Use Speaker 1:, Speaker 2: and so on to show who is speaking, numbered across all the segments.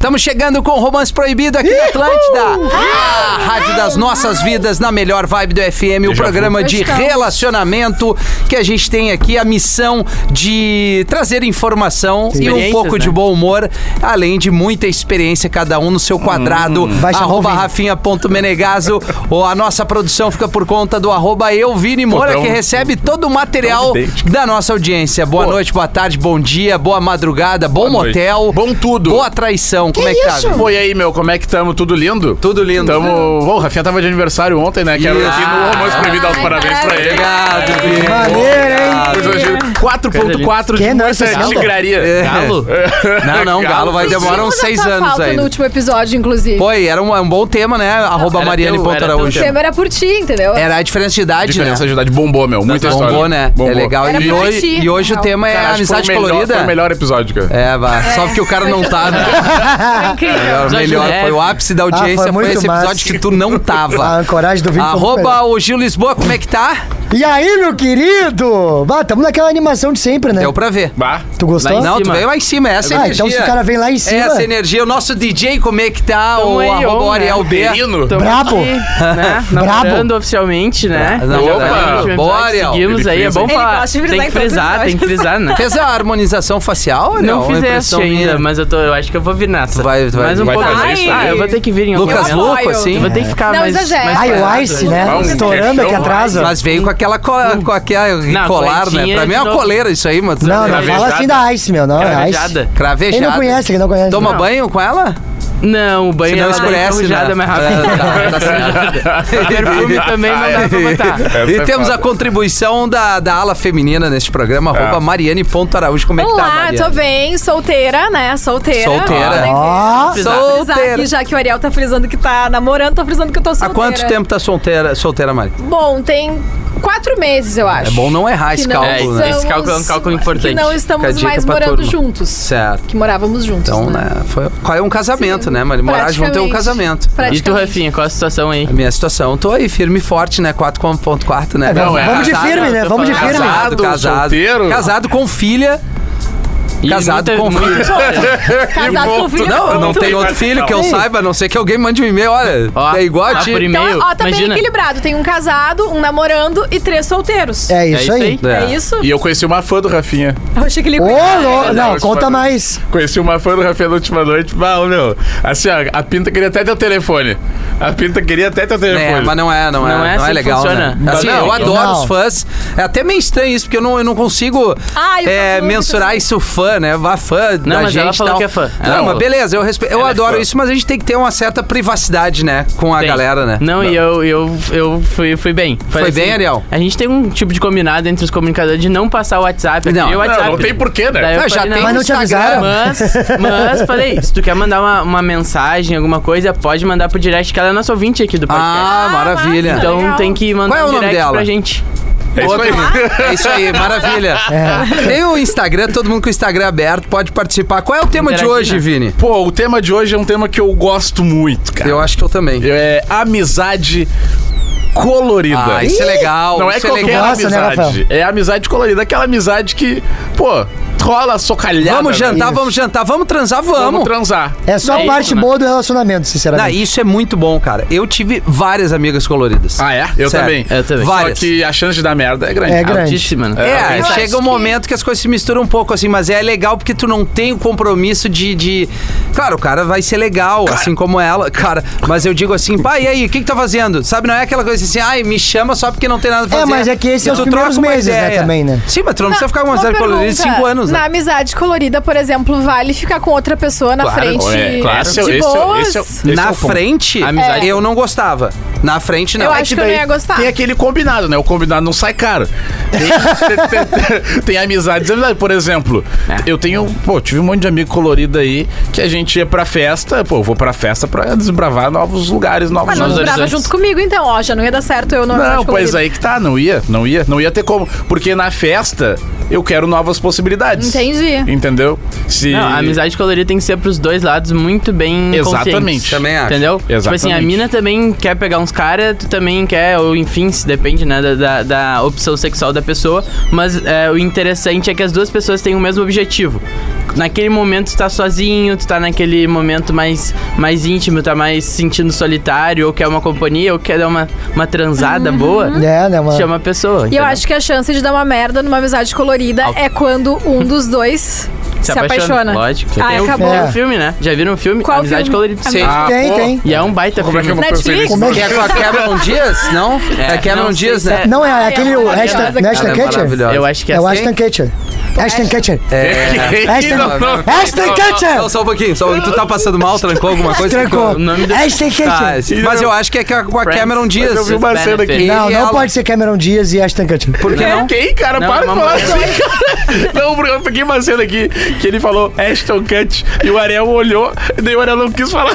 Speaker 1: Estamos chegando com o Romance Proibido aqui na Atlântida. A rádio das nossas vidas, na melhor vibe do FM, o programa de relacionamento que a gente tem aqui, a missão de trazer informação e um
Speaker 2: Experiências,
Speaker 1: pouco de
Speaker 2: né?
Speaker 1: bom humor, além de muita experiência, cada um no
Speaker 3: Hum.
Speaker 1: seu quadrado.
Speaker 4: Vai chamar o
Speaker 1: arroba
Speaker 4: Vini.
Speaker 1: rafinha.menegaso. ou a nossa produção fica por conta do arroba eu, Vini Moura,
Speaker 3: tão-
Speaker 1: que recebe todo o material
Speaker 3: idêntico.
Speaker 1: da nossa audiência. Boa
Speaker 3: Pô.
Speaker 1: noite, boa tarde, bom dia, boa madrugada, bom
Speaker 3: Boa noite.
Speaker 1: motel.
Speaker 3: Bom tudo.
Speaker 1: É Boa traição, como é que tá? Vivi?
Speaker 3: Pô, e aí, meu, como é que tamo? Tudo lindo?
Speaker 1: Tudo ah, lindo.
Speaker 3: Tamo... Bom, o Rafinha tava de aniversário ontem, né? Quero aqui no Romance Proibido dar os parabéns pra ele.
Speaker 1: Obrigado,
Speaker 3: É.
Speaker 1: Vini.
Speaker 4: Maneiro, hein?
Speaker 3: Coisa linda. 4.4
Speaker 4: Quem é
Speaker 3: de
Speaker 4: nessa
Speaker 3: muita
Speaker 4: samba?
Speaker 3: tigraria.
Speaker 1: É.
Speaker 2: Galo?
Speaker 1: Não, não, Galo vai demorar uns seis anos
Speaker 5: falta no
Speaker 1: ainda.
Speaker 5: último episódio, inclusive.
Speaker 1: Pô, e era um, é um bom tema, né? Arroba
Speaker 2: era
Speaker 1: Mariane
Speaker 2: teu-
Speaker 1: Ponto
Speaker 2: era teu
Speaker 1: Araújo.
Speaker 5: O tema era por ti, entendeu?
Speaker 1: Era a diferença de idade,
Speaker 3: Diferença
Speaker 1: né?
Speaker 3: de idade bombou, meu. Muita história.
Speaker 1: Bombou, né? É legal.
Speaker 5: Era
Speaker 1: E
Speaker 5: pra
Speaker 1: hoje,
Speaker 5: ti,
Speaker 1: e hoje o
Speaker 5: na
Speaker 1: tema é
Speaker 3: Cara, acho que foi o
Speaker 1: amizade
Speaker 3: melhor-
Speaker 1: colorida.
Speaker 3: Foi o melhor episódio, cara.
Speaker 1: É, vá. Só porque o cara não tá, né?
Speaker 5: É
Speaker 1: Melhor,
Speaker 2: Episódio
Speaker 1: melhor.
Speaker 2: leve.
Speaker 1: Foi o ápice da
Speaker 4: Ah,
Speaker 1: audiência,
Speaker 4: foi
Speaker 1: foi
Speaker 4: muito
Speaker 1: esse
Speaker 4: massa. Ah,
Speaker 1: episódio que tu não
Speaker 4: A
Speaker 1: tava.
Speaker 4: ancoragem do vídeo. foi muito
Speaker 1: Arroba o Gil Lisboa, como é que tá?
Speaker 4: melhor. E aí, meu querido? Bah, tamo naquela animação de sempre, né?
Speaker 1: Deu pra ver.
Speaker 3: Bah.
Speaker 4: Tu gostou?
Speaker 2: Lá em
Speaker 1: Não, tu
Speaker 2: cima.
Speaker 1: veio É lá em cima, é essa
Speaker 4: Ah,
Speaker 1: energia. É
Speaker 4: então se o cara vem lá em cima.
Speaker 1: Essa energia, o nosso DJ, como é que tá?
Speaker 2: Tamo
Speaker 1: o
Speaker 2: aí,
Speaker 1: arroba
Speaker 2: on,
Speaker 1: Ariel
Speaker 2: né?
Speaker 1: B.
Speaker 3: Menino.
Speaker 2: Tamo
Speaker 4: Brabo.
Speaker 2: aqui, né?
Speaker 4: Brabo.
Speaker 2: Namorando oficialmente, né?
Speaker 1: Não,
Speaker 2: Já
Speaker 3: opa,
Speaker 2: namoramos, já
Speaker 1: boa, Ariel.
Speaker 2: Seguimos
Speaker 3: Ele
Speaker 2: aí, é
Speaker 3: frisa.
Speaker 2: bom
Speaker 5: Ele
Speaker 2: falar.
Speaker 5: gosta de
Speaker 2: Tem que
Speaker 5: frisar em todos os
Speaker 2: frisar, tem que frisar, né?
Speaker 1: Fez a harmonização facial, Ariel?
Speaker 2: Não fiz esse
Speaker 1: Impressão
Speaker 2: ainda,
Speaker 1: minha.
Speaker 2: mas eu, tô, eu acho que eu vou vir nessa.
Speaker 1: Tu vai- tu vai
Speaker 2: mais um
Speaker 1: vir.
Speaker 2: pouco.
Speaker 3: Vai fazer isso
Speaker 2: ah,
Speaker 3: aí?
Speaker 2: eu vou ter que vir em algum
Speaker 1: Lucas
Speaker 2: momento.
Speaker 1: Louco,
Speaker 5: apoio.
Speaker 1: assim?
Speaker 2: Eu vou ter que ficar
Speaker 5: Não
Speaker 2: mais...
Speaker 5: exagera.
Speaker 2: mais
Speaker 4: Ai, o
Speaker 2: parado,
Speaker 4: Ice, né?
Speaker 3: Vamos,
Speaker 4: Estourando aqui
Speaker 3: show.
Speaker 4: atrasa.
Speaker 1: Mas veio com aquela, co com aquela
Speaker 2: Não,
Speaker 1: colar, né?
Speaker 2: coletinha
Speaker 1: Pra mim é
Speaker 2: de
Speaker 1: uma
Speaker 2: novo.
Speaker 1: coleira isso aí, mas... é
Speaker 4: Não, não, fala
Speaker 3: Cravejada.
Speaker 4: assim da Ice, meu. Não, é Ice.
Speaker 2: Cravejada.
Speaker 1: Cravejada.
Speaker 4: Quem não conhece, quem não conhece.
Speaker 1: Toma
Speaker 2: Não.
Speaker 1: banho com ela?
Speaker 2: Não, o banho
Speaker 1: Senão
Speaker 2: ela dá
Speaker 1: escurece,
Speaker 2: enferrujada
Speaker 1: né?
Speaker 2: mais rápido.
Speaker 1: É, tá, tá certo.
Speaker 2: Perfume
Speaker 3: tá-
Speaker 2: também não dá pra botar.
Speaker 3: Essa
Speaker 1: E
Speaker 3: é
Speaker 1: temos
Speaker 3: foda. É.
Speaker 1: a contribuição da, da ala feminina neste programa, arroba Mariane.araújo. Como é que tá,
Speaker 5: Olá,
Speaker 1: Mariane?
Speaker 5: tô bem, solteira, né? Solteira.
Speaker 1: Solteira.
Speaker 4: Ó.
Speaker 5: Tem que frisar
Speaker 1: Solteira.
Speaker 5: aqui, já que o Ariel tá frisando que tá namorando, tô frisando que eu tô
Speaker 1: Há
Speaker 5: solteira.
Speaker 1: quanto tempo tá solteira, solteira Mari?
Speaker 5: Bom, tem quatro meses, eu acho.
Speaker 1: É bom não errar
Speaker 5: que
Speaker 1: esse
Speaker 5: não
Speaker 1: cálculo, né?
Speaker 2: É, esse cálculo é um cálculo
Speaker 5: Que
Speaker 2: importante.
Speaker 5: não
Speaker 1: Fica a
Speaker 5: estamos
Speaker 1: dica
Speaker 5: mais
Speaker 1: pra
Speaker 5: morando
Speaker 1: turma.
Speaker 5: juntos.
Speaker 1: Certo.
Speaker 5: Que morávamos juntos,
Speaker 1: Então, né? Foi, qual é um casamento, né, Mari? Morar junto é um
Speaker 5: Praticamente.
Speaker 1: casamento.
Speaker 2: E tu,
Speaker 5: Praticamente.
Speaker 2: Rafinha, qual a situação aí?
Speaker 1: A minha situação, tô aí firme e forte, né? 4.4, né?
Speaker 4: Não,
Speaker 3: é.
Speaker 4: Vamos de
Speaker 1: Casado,
Speaker 4: firme, né?
Speaker 2: eu tô
Speaker 4: Vamos de
Speaker 2: falando.
Speaker 4: firme.
Speaker 1: Casado,
Speaker 3: Firme.
Speaker 1: casado.
Speaker 3: Solteiro?
Speaker 1: Casado com filha.
Speaker 2: E
Speaker 1: Casado
Speaker 2: muita-
Speaker 1: com
Speaker 2: muita-
Speaker 1: filho.
Speaker 5: Casado com filho.
Speaker 1: Não, eu não
Speaker 5: pronto.
Speaker 1: tenho outro filho que eu
Speaker 4: Ei.
Speaker 1: saiba, a não ser que alguém mande um e-mail. Olha,
Speaker 2: Ó,
Speaker 1: é igual a
Speaker 2: tá
Speaker 1: ti.
Speaker 2: por
Speaker 5: Então,
Speaker 2: e-mail.
Speaker 5: ó, tá
Speaker 2: Imagina.
Speaker 5: bem equilibrado. Tem um casado, um namorando e três solteiros.
Speaker 4: É isso aí.
Speaker 2: É.
Speaker 5: É isso?
Speaker 3: E eu conheci uma fã do Rafinha.
Speaker 5: Eu achei que ele
Speaker 4: Ô,
Speaker 5: ia né?
Speaker 4: louco. Não, conta mais.
Speaker 3: Conheci uma fã do Rafinha na última noite. Bah, ô, meu. Assim, ó, a Pinta queria até teu telefone. A Pinta queria até teu telefone.
Speaker 1: É, mas não é, não é, não
Speaker 2: Não é
Speaker 1: é,
Speaker 2: assim que
Speaker 1: legal,
Speaker 2: funciona.
Speaker 1: né? Assim,
Speaker 3: Não,
Speaker 1: eu
Speaker 3: não.
Speaker 1: adoro
Speaker 4: Não.
Speaker 1: os fãs. É até meio estranho isso, porque eu não, eu não consigo
Speaker 5: Ah, eu
Speaker 1: é,
Speaker 5: faço muito
Speaker 1: mensurar
Speaker 5: também.
Speaker 1: isso fã, né? Vá fã da
Speaker 2: mas
Speaker 1: gente
Speaker 2: ela
Speaker 1: e
Speaker 2: falou
Speaker 1: tal.
Speaker 2: que é fã.
Speaker 1: Não,
Speaker 2: Ela
Speaker 1: mas
Speaker 2: falou.
Speaker 1: beleza, eu, respeito, eu
Speaker 2: Ela é
Speaker 1: adoro
Speaker 2: fã.
Speaker 1: isso, mas a gente tem que ter uma certa privacidade, né? Com a
Speaker 2: Tem.
Speaker 1: galera, né?
Speaker 2: Não, e eu, eu, eu fui, fui bem. Foi assim,
Speaker 1: bem, Ariel?
Speaker 2: A gente tem um tipo de combinado entre os comunicadores de não passar o WhatsApp.
Speaker 1: Não.
Speaker 2: aqui, o
Speaker 1: Não,
Speaker 2: WhatsApp.
Speaker 3: não tem porquê, né?
Speaker 2: Daí eu
Speaker 1: Ah, já
Speaker 2: falei,
Speaker 1: tem
Speaker 4: Mas não te avisaram?
Speaker 2: Mas, mas, falei, se tu quer mandar uma, uma mensagem, alguma coisa, pode mandar pro direct, que ela é nossa ouvinte aqui do podcast.
Speaker 1: Ah, maravilha.
Speaker 5: massa.
Speaker 2: então
Speaker 5: legal.
Speaker 2: tem que mandar
Speaker 1: Qual é o
Speaker 2: um
Speaker 1: nome
Speaker 2: direct
Speaker 1: dela?
Speaker 2: pra gente.
Speaker 3: É isso aí.
Speaker 1: É isso aí, maravilha.
Speaker 4: É.
Speaker 1: Tem o Instagram, todo mundo com o Instagram aberto, pode participar. Qual é o tema de hoje,
Speaker 2: Interagir, né?
Speaker 1: Vini?
Speaker 3: Pô, o tema de hoje é um tema que eu gosto muito, cara.
Speaker 1: Eu acho que eu também.
Speaker 3: É amizade colorida.
Speaker 1: Ah, isso é legal.
Speaker 3: Não é
Speaker 1: isso
Speaker 3: qualquer
Speaker 1: legal.
Speaker 4: Gosta, né,
Speaker 3: amizade.
Speaker 4: Rafael?
Speaker 3: é amizade colorida, aquela amizade que, pô, rola socalhada.
Speaker 1: Vamos
Speaker 3: né?
Speaker 1: jantar, vamos jantar, vamos transar,
Speaker 3: Vamos
Speaker 1: vamos.
Speaker 3: transar.
Speaker 4: É só
Speaker 2: É
Speaker 4: a
Speaker 2: isso,
Speaker 4: parte
Speaker 2: né?
Speaker 4: boa do relacionamento,
Speaker 1: Não,
Speaker 4: sinceramente.
Speaker 1: isso é muito bom, cara. Eu tive várias amigas coloridas.
Speaker 3: Ah, é? Eu
Speaker 1: Sério.
Speaker 3: também.
Speaker 2: Eu também.
Speaker 1: Várias.
Speaker 3: Só que a chance de dar merda é grande.
Speaker 4: É grande.
Speaker 2: Altíssima, né?
Speaker 1: É,
Speaker 3: Eu acho
Speaker 1: chega um
Speaker 5: que-
Speaker 1: momento que as coisas se misturam um pouco, assim, mas é legal porque tu não tem o compromisso de. de- Claro, o cara vai ser legal, assim como ela, cara. Mas eu digo assim, pai, e aí, o que, que tá fazendo? Sabe, não é aquela coisa assim, ai, me chama só porque não tem nada pra
Speaker 4: É,
Speaker 1: fazer.
Speaker 4: mas é que esses
Speaker 1: E
Speaker 4: são os
Speaker 1: tu troca
Speaker 4: primeiros
Speaker 1: uma
Speaker 4: meses, né,
Speaker 1: ideia.
Speaker 4: também, né?
Speaker 1: Sim, mas tu não precisa ficar com uma amizade colorida de 5 anos,
Speaker 5: Na
Speaker 1: né?
Speaker 5: amizade colorida, por exemplo, vale ficar com outra pessoa na
Speaker 1: Claro,
Speaker 5: frente
Speaker 3: é, claro. Esse é-
Speaker 5: de
Speaker 3: esse é-
Speaker 5: boas? Ah,
Speaker 3: esse é- esse é
Speaker 1: Na
Speaker 3: o ponto.
Speaker 1: frente,
Speaker 2: Amizade.
Speaker 1: eu não gostava. Na frente, não.
Speaker 5: Eu acho que eu não ia gostar.
Speaker 3: Tem aquele combinado, né? O combinado não sai caro. Tem, tem, tem, tem amizades, amizades. Por exemplo,
Speaker 2: É.
Speaker 3: eu tenho. Pô, tive um monte de amigo colorido aí que a gente ia pra festa. Pô, eu vou pra festa pra desbravar novos lugares, novos
Speaker 5: Mas não
Speaker 2: Nos
Speaker 5: durava
Speaker 2: horizontes.
Speaker 5: junto comigo, então, ó, já não ia dar certo eu não
Speaker 3: Não, pois aí que tá, não ia, não ia, não ia ter como. Porque na festa, eu quero novas possibilidades.
Speaker 5: Entendi.
Speaker 3: Entendeu? Se...
Speaker 2: Não, a amizade colorida tem que ser pros dois lados muito bem
Speaker 3: Exatamente.
Speaker 2: conscientes,
Speaker 1: Também acho.
Speaker 2: Entendeu? Tipo assim, a
Speaker 3: Exatamente.
Speaker 2: mina também quer pegar uns caras, tu também quer, ou enfim, se depende, né, da, da, da opção sexual da pessoa. Mas é, o interessante é que as duas pessoas têm o mesmo objetivo. Naquele momento tu tá sozinho, tu tá naquele momento mais, mais íntimo, tá mais se sentindo solitário, ou quer uma companhia, ou quer dar uma, uma transada boa,
Speaker 4: É, né, mano?
Speaker 2: chama a pessoa.
Speaker 5: Uhum. E eu
Speaker 2: entendeu?
Speaker 5: acho que a chance de dar uma merda numa amizade colorida
Speaker 2: Al-
Speaker 5: é quando um dos dois se, apaixona.
Speaker 2: Lógico.
Speaker 5: Ah,
Speaker 2: tem,
Speaker 5: acabou.
Speaker 2: Um, tem
Speaker 4: É.
Speaker 2: um filme, né? Já viram o filme?
Speaker 5: Qual
Speaker 2: Amizade
Speaker 5: filme?
Speaker 2: Colorida.
Speaker 5: Sim.
Speaker 3: Ah,
Speaker 4: Tem,
Speaker 3: pô.
Speaker 4: tem.
Speaker 2: E é um baita
Speaker 3: Como é que eu
Speaker 2: filme.
Speaker 3: vou
Speaker 5: Netflix?
Speaker 3: preferir?
Speaker 4: Como é
Speaker 1: Que é
Speaker 4: que...
Speaker 1: com a Cameron Dias, não? É,
Speaker 2: É,
Speaker 1: Cameron
Speaker 2: não sei
Speaker 1: Dias,
Speaker 2: se
Speaker 1: né?
Speaker 2: é-
Speaker 4: Não, é
Speaker 5: Ah,
Speaker 4: aquele
Speaker 5: é
Speaker 4: o
Speaker 5: uma
Speaker 4: Ashton,
Speaker 5: maravilhosa.
Speaker 4: Ashton
Speaker 1: Ela é
Speaker 4: Kutcher?
Speaker 1: maravilhosa.
Speaker 2: Eu acho que
Speaker 4: É o
Speaker 2: assim.
Speaker 4: Ashton Kutcher. Ashton Kutcher.
Speaker 2: É.
Speaker 4: Ashton-
Speaker 3: é Não, não.
Speaker 4: Ashton Kutcher!
Speaker 1: Não, só um pouquinho, só e tu tá passando mal, trancou alguma coisa?
Speaker 4: Trancou.
Speaker 2: o nome do-
Speaker 4: Ashton
Speaker 1: Tá,
Speaker 4: Kutcher.
Speaker 1: mas eu acho que é com a- com a
Speaker 2: Friends.
Speaker 1: Cameron Dias.
Speaker 3: Eu vi uma cena aqui.
Speaker 1: E
Speaker 4: Não,
Speaker 1: ela- né?
Speaker 4: não pode ser Cameron Dias e Ashton Kutcher.
Speaker 1: Por que não?
Speaker 3: Quem, cara?
Speaker 2: Não,
Speaker 3: Para de
Speaker 2: uma
Speaker 3: falar
Speaker 2: mulher.
Speaker 3: assim, cara. Não, porque eu peguei uma cena aqui que ele falou Ashton Cut e o Ariel olhou, e daí o Ariel não quis falar.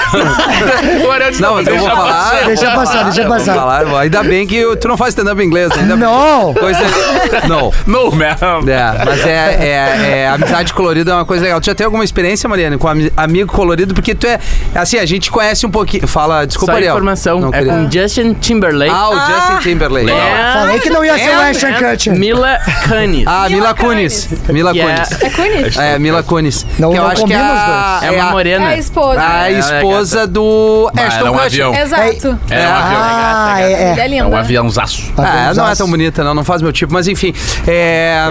Speaker 3: o Ariel disse,
Speaker 1: Não, mas eu vou
Speaker 3: deixa
Speaker 1: falar.
Speaker 3: passar."
Speaker 4: Deixa
Speaker 1: eu vou
Speaker 4: passar, deixa
Speaker 1: eu vou
Speaker 4: passar.
Speaker 1: falar, eu vou- ainda bem que eu- tu não faz stand-up em inglês, né? Ainda bem.
Speaker 4: Não!
Speaker 1: Coisa. é- Não.
Speaker 3: Não, não.
Speaker 1: É, mas é, é, é- amizade colorida é uma coisa legal. Tu já tem alguma experiência, Mariana, com ami- amigo colorido? Porque tu é. Assim, a gente conhece um pouquinho. Fala, desculpa,
Speaker 2: Só
Speaker 1: Ariel.
Speaker 2: informação.
Speaker 1: Não
Speaker 2: é
Speaker 1: queria-
Speaker 2: com Justin Timberlake.
Speaker 1: Ah, o Justin Timberlake.
Speaker 2: É.
Speaker 4: Falei que não ia ser o Ashton Kutcher.
Speaker 2: Mila Kunis.
Speaker 1: Ah, Mila
Speaker 5: Mila
Speaker 1: Kunis. Mila
Speaker 2: que é,
Speaker 1: Kunis.
Speaker 5: É Kunis.
Speaker 1: É, Mila Kunis.
Speaker 4: Não-
Speaker 1: que eu
Speaker 4: não
Speaker 1: acho que é
Speaker 4: combina os
Speaker 1: a,
Speaker 2: é
Speaker 1: é a-
Speaker 2: uma
Speaker 5: É
Speaker 2: morena.
Speaker 5: a esposa.
Speaker 1: A
Speaker 5: é,
Speaker 1: esposa do
Speaker 3: Ah,
Speaker 1: Ashton
Speaker 3: era um
Speaker 1: Kutcher.
Speaker 3: avião.
Speaker 5: Exato.
Speaker 3: Era um avião.
Speaker 4: Ah, é,
Speaker 5: Ele
Speaker 4: é.
Speaker 5: é
Speaker 3: É
Speaker 5: linda.
Speaker 3: um aviãozaço.
Speaker 1: Ah, ela não é tão bonita, não, não faz meu tipo, mas enfim. É,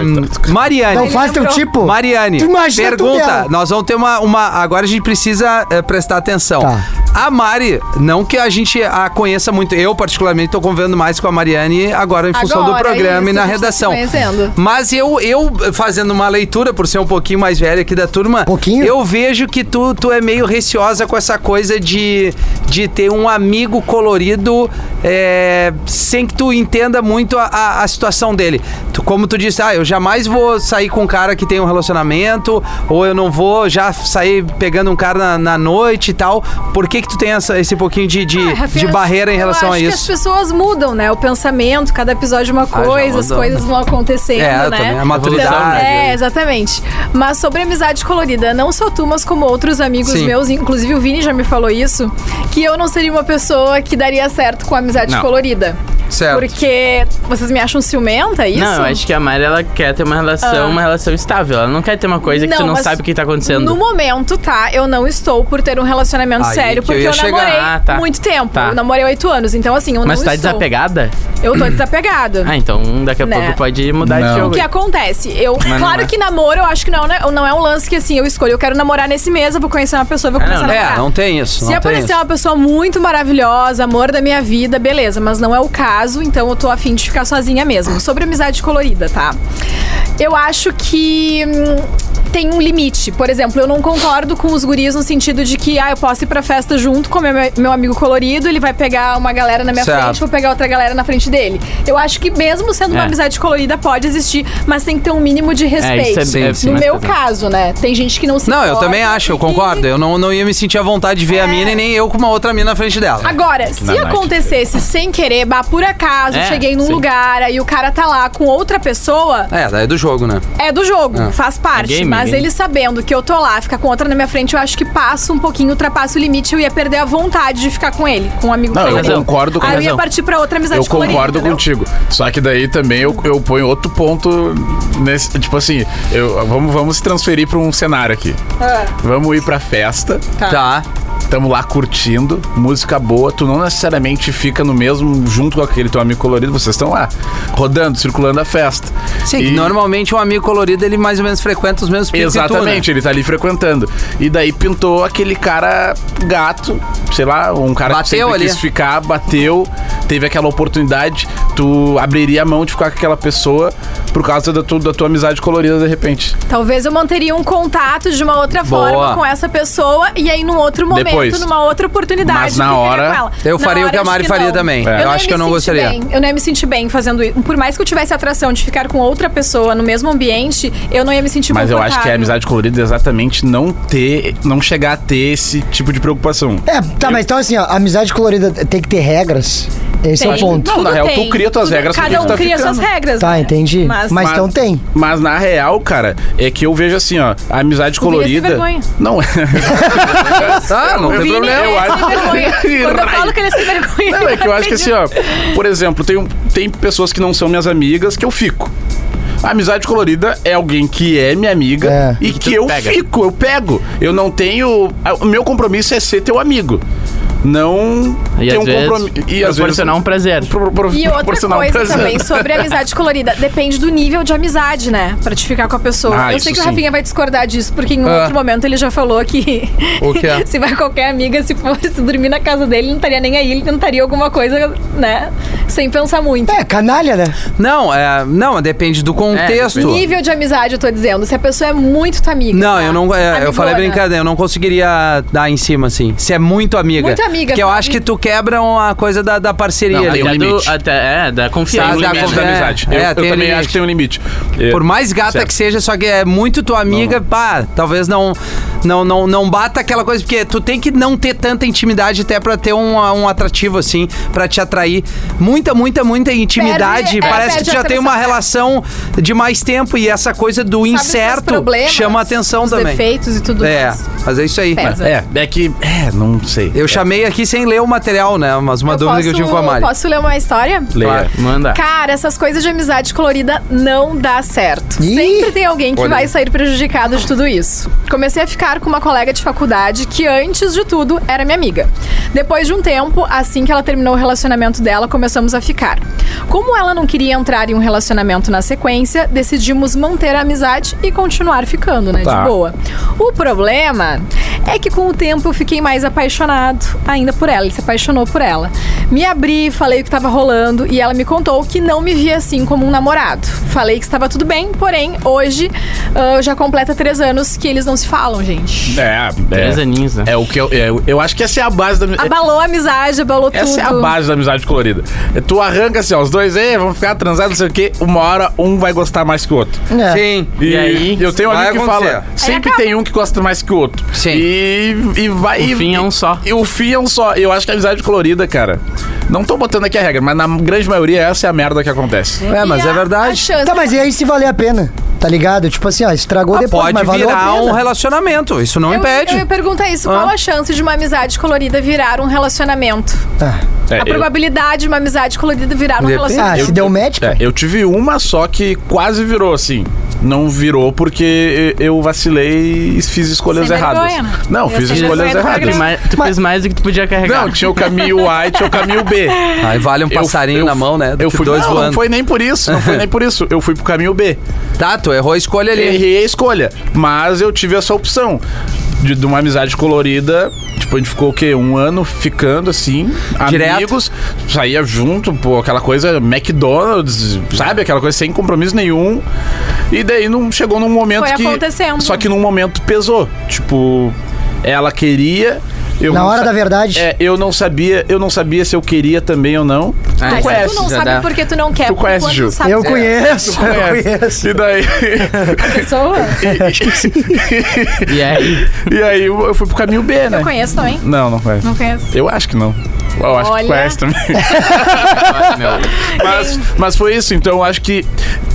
Speaker 1: Mariane.
Speaker 4: Não faz teu
Speaker 5: lembrou.
Speaker 4: tipo.
Speaker 1: Mariane,
Speaker 4: Tu imagina tu é.
Speaker 1: pergunta.
Speaker 4: dela.
Speaker 1: Nós vamos ter uma, uma. Agora a gente precisa eh, prestar atenção.
Speaker 4: Tá.
Speaker 1: A Mari, não que a gente a conheça muito, eu particularmente tô convivendo mais com a Mariane agora em função
Speaker 5: Agora,
Speaker 1: do programa
Speaker 5: isso,
Speaker 1: e na
Speaker 5: a gente tá se
Speaker 1: redação.
Speaker 5: conhecendo.
Speaker 1: Mas eu, eu, fazendo uma leitura, por ser um pouquinho mais velha aqui da turma,
Speaker 4: Pouquinho?
Speaker 1: eu vejo que tu, tu é meio receosa com essa coisa de, de ter um amigo colorido é, sem que tu entenda muito a, a, a situação dele. Tu- como tu disse, ah, eu jamais vou sair com um cara que tem um relacionamento, ou eu não vou já sair pegando um cara na, na noite e tal. Por que que tu tem essa- esse pouquinho de, de,
Speaker 5: Ah, Rafinha,
Speaker 1: de barreira em
Speaker 5: eu
Speaker 1: relação
Speaker 5: acho
Speaker 1: a
Speaker 5: Que as
Speaker 1: isso?
Speaker 5: pessoas mudam, né? O pensamento, cada episódio é uma
Speaker 1: já
Speaker 5: coisa, as
Speaker 1: mudou,
Speaker 5: coisas vão acontecendo,
Speaker 1: É,
Speaker 5: né?
Speaker 1: também, a
Speaker 5: Então,
Speaker 1: maturidade.
Speaker 5: é, exatamente. Mas sobre amizade colorida, não só tu, mas como outros amigos
Speaker 1: Sim.
Speaker 5: meus, inclusive o Vini já me falou isso, que eu não seria uma pessoa que daria certo com amizade
Speaker 3: Não.
Speaker 5: colorida.
Speaker 1: Certo.
Speaker 5: Porque vocês me acham ciumenta, é isso?
Speaker 2: Não, eu acho que a Mari, ela quer ter uma relação,
Speaker 5: Ah.
Speaker 2: uma relação estável. Ela não quer ter uma coisa que
Speaker 5: Não,
Speaker 2: tu não
Speaker 5: mas
Speaker 2: sabe o que tá acontecendo.
Speaker 5: No momento, tá? Eu não estou por ter um relacionamento
Speaker 1: Aí
Speaker 5: sério,
Speaker 1: que eu
Speaker 5: porque
Speaker 1: ia
Speaker 5: eu,
Speaker 1: chegar.
Speaker 5: namorei
Speaker 2: Ah, tá.
Speaker 5: muito tempo.
Speaker 2: Tá.
Speaker 5: Eu namorei oito anos, então assim, eu
Speaker 2: Mas
Speaker 5: não
Speaker 2: tu tá
Speaker 5: estou.
Speaker 2: desapegada?
Speaker 5: Eu tô desapegado.
Speaker 2: Ah, então daqui a
Speaker 5: Né.
Speaker 2: pouco pode mudar
Speaker 3: Não.
Speaker 2: de
Speaker 5: O
Speaker 2: jogo.
Speaker 5: que acontece? Eu,
Speaker 2: não
Speaker 5: claro
Speaker 2: é.
Speaker 5: que namoro, eu acho que não, né? não é um lance que assim, eu escolho, eu quero namorar nesse mês, eu vou conhecer uma pessoa, eu vou
Speaker 2: Ah, não,
Speaker 5: começar a namorar.
Speaker 1: É, não tem isso.
Speaker 5: Se
Speaker 1: não tem
Speaker 5: aparecer
Speaker 1: isso.
Speaker 5: uma pessoa muito maravilhosa, amor da minha vida, beleza, mas não é o caso, então eu tô afim de ficar sozinha mesmo. Sobre amizade colorida, tá? Eu acho que. hum, tem um limite. Por exemplo, eu não concordo com os guris no sentido de que, ah, eu posso ir pra festa junto com meu, meu amigo colorido, ele vai pegar uma galera na minha
Speaker 1: Certo.
Speaker 5: frente, vou pegar outra galera na frente dele. Eu acho que mesmo sendo uma
Speaker 2: É.
Speaker 5: amizade colorida, pode existir, mas tem que ter um mínimo de
Speaker 2: É,
Speaker 5: respeito.
Speaker 2: isso é,
Speaker 1: Sim,
Speaker 2: é,
Speaker 1: sim.
Speaker 5: no
Speaker 2: mas
Speaker 5: meu
Speaker 2: tá bem.
Speaker 5: caso, né? Tem gente que não se
Speaker 1: Não, eu
Speaker 5: importa
Speaker 1: também acho, eu
Speaker 5: e-
Speaker 1: concordo. Eu não, não ia me sentir à vontade de ver a mina e nem eu com uma outra mina na frente dela.
Speaker 5: É.
Speaker 3: É.
Speaker 5: Agora, se
Speaker 3: Night.
Speaker 5: acontecesse sem querer, bah, por acaso,
Speaker 2: É,
Speaker 5: cheguei num
Speaker 2: sim.
Speaker 5: lugar, aí o cara tá lá com outra pessoa,
Speaker 1: É, daí é do jogo, né?
Speaker 5: é do jogo,
Speaker 1: É.
Speaker 5: faz parte.
Speaker 2: É game,
Speaker 5: mas
Speaker 2: é game.
Speaker 5: ele sabendo que eu tô lá, fica com outra na minha frente, eu acho que passa um pouquinho, ultrapassa o limite, eu ia perder a vontade de ficar com ele, com um amigo
Speaker 3: Não, eu
Speaker 5: colorido.
Speaker 3: concordo com
Speaker 5: Aí eu
Speaker 3: razão.
Speaker 5: ia partir pra outra amizade
Speaker 3: Eu concordo
Speaker 5: colorida, entendeu?
Speaker 3: contigo. Só que daí também eu, eu ponho outro ponto nesse. Tipo assim, eu, vamos, vamos se transferir pra um cenário aqui.
Speaker 5: Ah.
Speaker 3: Vamos ir pra festa.
Speaker 1: Tá.
Speaker 3: Tamo lá curtindo, música boa. Tu não necessariamente fica no mesmo, junto com aquele teu amigo colorido, vocês estão lá, rodando, circulando a festa.
Speaker 1: Sim,
Speaker 3: E-
Speaker 1: que normalmente um amigo colorido, ele mais ou menos frequenta os mesmos picos que tu, né?
Speaker 3: Exatamente, ele tá ali frequentando. E daí pintou aquele cara gato, sei lá, um cara
Speaker 1: Bateu
Speaker 3: que sempre
Speaker 1: ali.
Speaker 3: quis ficar, bateu, teve aquela oportunidade, tu abriria a mão de ficar com aquela pessoa por causa da, tu- da tua amizade colorida de repente.
Speaker 5: Talvez eu manteria um contato de uma outra
Speaker 1: Boa.
Speaker 5: forma com essa pessoa e aí num outro momento,
Speaker 3: Depois.
Speaker 5: numa outra oportunidade.
Speaker 3: Mas na
Speaker 5: ficaria
Speaker 3: hora-
Speaker 5: com ela.
Speaker 1: Eu
Speaker 5: Na
Speaker 1: faria o que
Speaker 5: hora,
Speaker 1: a Mari
Speaker 5: acho
Speaker 1: faria
Speaker 5: não.
Speaker 1: também.
Speaker 3: É,
Speaker 1: Eu
Speaker 5: não ia
Speaker 1: acho
Speaker 5: me
Speaker 1: que eu não
Speaker 5: sentir
Speaker 1: gostaria.
Speaker 5: bem. Eu não ia me sentir bem fazendo isso. Por mais que eu tivesse a atração de ficar com outra pessoa no mesmo ambiente, eu não ia me sentir
Speaker 3: Mas eu acho que a
Speaker 5: confortável.
Speaker 3: amizade colorida é exatamente não ter, não chegar a ter esse tipo de preocupação.
Speaker 4: É, tá, mas então assim, ó, amizade colorida tem que ter regras. Esse é o
Speaker 5: Tem.
Speaker 4: ponto.
Speaker 3: Não,
Speaker 5: Tudo
Speaker 3: na real,
Speaker 5: tem.
Speaker 3: tu cria cria tuas
Speaker 5: tudo-
Speaker 3: regras, porque
Speaker 5: Cada
Speaker 3: tu
Speaker 5: um
Speaker 3: tá
Speaker 5: cria
Speaker 3: ficando.
Speaker 5: suas regras.
Speaker 4: Tá,
Speaker 5: né?
Speaker 4: entendi. Mas,
Speaker 5: Mas
Speaker 4: então tem.
Speaker 3: Mas na real, cara, é que eu vejo assim, ó, a amizade
Speaker 5: Vini é sem
Speaker 3: colorida.
Speaker 5: vergonha. Ah,
Speaker 3: Não é.
Speaker 1: Tá, não
Speaker 3: O
Speaker 1: tem
Speaker 3: Vini
Speaker 5: Vini,
Speaker 1: problema.
Speaker 3: eu
Speaker 5: ele é
Speaker 3: acho.
Speaker 5: sem vergonha. Quando eu falo que ele é sem vergonha.
Speaker 3: Não, é que eu acho que assim, ó, por exemplo, tem, um- tem pessoas que não são minhas amigas que eu fico. A amizade colorida é alguém que é minha amiga
Speaker 4: É.
Speaker 3: e que eu
Speaker 6: pega.
Speaker 3: fico, eu pego. Eu não tenho. a- O meu compromisso é ser teu amigo. Não
Speaker 2: E
Speaker 3: ter
Speaker 2: às
Speaker 3: um
Speaker 2: vezes,
Speaker 3: compromisso.
Speaker 2: proporcionar um prazer.
Speaker 5: E outra coisa
Speaker 3: é.
Speaker 5: também sobre amizade colorida. Depende do nível de amizade, né? Pra te ficar com a pessoa.
Speaker 3: Ah,
Speaker 5: eu
Speaker 3: isso
Speaker 5: sei que o
Speaker 3: sim.
Speaker 5: Rafinha vai discordar disso, porque em um
Speaker 1: Ah.
Speaker 5: outro momento ele já falou que
Speaker 1: O que é?
Speaker 5: se vai qualquer amiga, se fosse dormir na casa dele, não estaria nem aí, ele tentaria alguma coisa, né? Sem pensar muito.
Speaker 4: É, canalha, né?
Speaker 1: Não, é, não, depende do contexto.
Speaker 5: Nível de amizade, eu tô dizendo. Se a pessoa é muito tua amiga.
Speaker 1: Não,
Speaker 5: tá?
Speaker 1: eu não. é, eu
Speaker 5: Amigona.
Speaker 1: falei brincadeira, eu não conseguiria dar em cima, assim. Se é muito amiga.
Speaker 5: Muito amiga,
Speaker 1: Que eu
Speaker 5: sabe?
Speaker 1: acho que tu quebra uma coisa da, da parceria
Speaker 3: Não,
Speaker 1: ali.
Speaker 3: tem um
Speaker 2: Até do-
Speaker 3: limite.
Speaker 2: até- é, da
Speaker 3: Tem
Speaker 2: confiança. né?
Speaker 3: um
Speaker 1: Tá,
Speaker 3: limite
Speaker 1: tá,
Speaker 3: da
Speaker 1: é,
Speaker 3: amizade.
Speaker 1: é,
Speaker 3: eu eu
Speaker 1: tem
Speaker 3: também
Speaker 1: limite.
Speaker 3: acho que tem um limite. É,
Speaker 1: Por mais gata
Speaker 3: certo.
Speaker 1: que seja, só que é muito tua amiga, pá, talvez não, não não não bata aquela coisa, porque tu tem que não ter tanta intimidade até pra ter um, um atrativo, assim, pra te atrair. Muita, muita, muita intimidade.
Speaker 5: é,
Speaker 1: Parece que
Speaker 5: perde
Speaker 1: tu já
Speaker 5: a
Speaker 1: tem uma relação de mais tempo e essa coisa do
Speaker 5: Sabe os seus
Speaker 1: incerto
Speaker 5: problemas,
Speaker 1: chama a atenção
Speaker 5: os
Speaker 1: também.
Speaker 5: defeitos e tudo
Speaker 1: É,
Speaker 5: mais.
Speaker 1: mas é isso aí.
Speaker 5: Pesa.
Speaker 3: É, é que. É, não sei.
Speaker 1: Eu chamei aqui sem ler o material, né? Mas uma
Speaker 5: Eu
Speaker 1: dúvida que eu tive com a Mari.
Speaker 5: Posso ler uma história?
Speaker 3: Leia.
Speaker 2: Manda.
Speaker 5: Cara, essas coisas de amizade colorida não dá certo.
Speaker 4: Ih!
Speaker 5: Sempre tem alguém que
Speaker 1: Olha
Speaker 5: vai
Speaker 1: aí.
Speaker 5: sair prejudicado de tudo isso. Comecei a ficar com uma colega de faculdade que, antes de tudo, era minha amiga. Depois de um tempo, assim que ela terminou o relacionamento dela, começamos a ficar. Como ela não queria entrar em um relacionamento na sequência, decidimos manter a amizade e continuar ficando, né?
Speaker 3: Tá.
Speaker 5: De boa. O problema é que com o tempo eu fiquei mais apaixonado ainda por ela. Ele se apaixonou por ela. Me abri, falei o que estava rolando e ela me contou que não me via assim como um namorado. Falei que estava tudo bem, porém, hoje ah, já completa três anos que eles não se falam, gente.
Speaker 3: É,
Speaker 2: Três
Speaker 3: é.
Speaker 2: aninhos, né?
Speaker 3: É o que eu, é, eu acho que essa é a base da.
Speaker 5: Abalou a amizade, abalou
Speaker 3: Essa
Speaker 5: tudo.
Speaker 3: é a base da amizade colorida. Tu arranca assim, ó, os dois, ei, vamos ficar transados, não sei o quê. Uma hora um vai gostar mais que o outro.
Speaker 5: né?
Speaker 4: É.
Speaker 1: Sim.
Speaker 3: E,
Speaker 2: aí?
Speaker 3: Eu tenho um
Speaker 1: Vai
Speaker 3: amigo que
Speaker 1: acontecer.
Speaker 3: fala, sempre tem um que gosta mais que o outro.
Speaker 1: Sim.
Speaker 3: E, e vai.
Speaker 2: O
Speaker 3: e-
Speaker 2: fim é um só.
Speaker 3: E o fim é um só. Eu acho que a amizade colorida, cara. Não tô botando aqui a regra, mas na grande maioria essa é a merda que acontece.
Speaker 1: É, mas
Speaker 5: E
Speaker 1: é
Speaker 5: a- A
Speaker 1: verdade.
Speaker 5: chance
Speaker 4: Tá, mas e aí se valer a pena? Tá ligado? Tipo assim, ó, estragou depois,
Speaker 1: Ah, Pode
Speaker 4: mas valeu a
Speaker 1: virar
Speaker 4: pena.
Speaker 1: um relacionamento. Isso não
Speaker 5: Eu,
Speaker 1: impede.
Speaker 5: eu ia perguntar isso. Qual
Speaker 1: Ah.
Speaker 5: a chance de uma amizade colorida virar um relacionamento?
Speaker 4: Ah,
Speaker 3: É,
Speaker 5: a
Speaker 3: eu-
Speaker 5: probabilidade de uma amizade colorida virar um
Speaker 1: Depende.
Speaker 4: Ah,
Speaker 5: relacionamento.
Speaker 4: se deu match,
Speaker 3: É,
Speaker 4: cara.
Speaker 3: eu tive uma só que quase virou, assim. Não virou porque eu vacilei e fiz escolhas
Speaker 5: Sem
Speaker 3: erradas.
Speaker 5: vergonha, né?
Speaker 3: Não,
Speaker 5: Eu
Speaker 3: fiz
Speaker 5: sei
Speaker 3: escolhas
Speaker 5: vergonha do
Speaker 3: erradas.
Speaker 2: Tu, mais- tu fez mais do que tu podia carregar.
Speaker 3: Não, tinha o caminho A e tinha o caminho B.
Speaker 1: Aí vale um
Speaker 3: Eu-
Speaker 1: passarinho
Speaker 3: eu-
Speaker 1: na mão, né? Do
Speaker 3: Eu
Speaker 1: que
Speaker 3: fui,
Speaker 1: dois
Speaker 3: não,
Speaker 1: voando.
Speaker 3: não foi nem por isso, não foi nem por isso. Eu fui pro caminho B.
Speaker 1: Tá, tu errou a escolha ali.
Speaker 3: Errei a escolha, mas eu tive essa opção de, de uma amizade colorida. Tipo, a gente ficou o quê? Um ano ficando assim,
Speaker 1: Direto.
Speaker 3: amigos, saía junto, pô, aquela coisa McDonald's, sabe? Aquela coisa sem compromisso nenhum. E daí não chegou num momento
Speaker 5: Foi
Speaker 3: que
Speaker 5: acontecendo.
Speaker 3: só que num momento pesou, tipo, ela queria eu
Speaker 4: Na
Speaker 3: não
Speaker 4: hora
Speaker 3: sa-
Speaker 4: da verdade.
Speaker 3: É, eu não sabia, eu não sabia se eu queria também ou não.
Speaker 2: Ah,
Speaker 3: tu
Speaker 2: isso
Speaker 5: Mas
Speaker 3: conhece,
Speaker 5: tu não
Speaker 2: já
Speaker 5: sabe
Speaker 2: dá.
Speaker 5: porque tu não quer.
Speaker 3: Tu
Speaker 5: porque
Speaker 3: conhece,
Speaker 5: quando
Speaker 3: Ju?
Speaker 5: tu sabe
Speaker 4: eu
Speaker 5: que é
Speaker 4: conheço, eu conheço.
Speaker 3: E daí
Speaker 5: a pessoa,
Speaker 2: E aí?
Speaker 3: E aí eu eu fui pro caminho B, né?
Speaker 5: eu conheço também.
Speaker 3: Não, não conhece.
Speaker 5: Não conheço.
Speaker 3: Eu acho que não. Eu acho que
Speaker 5: Olha.
Speaker 3: conhece também. mas, mas foi isso, então eu acho que.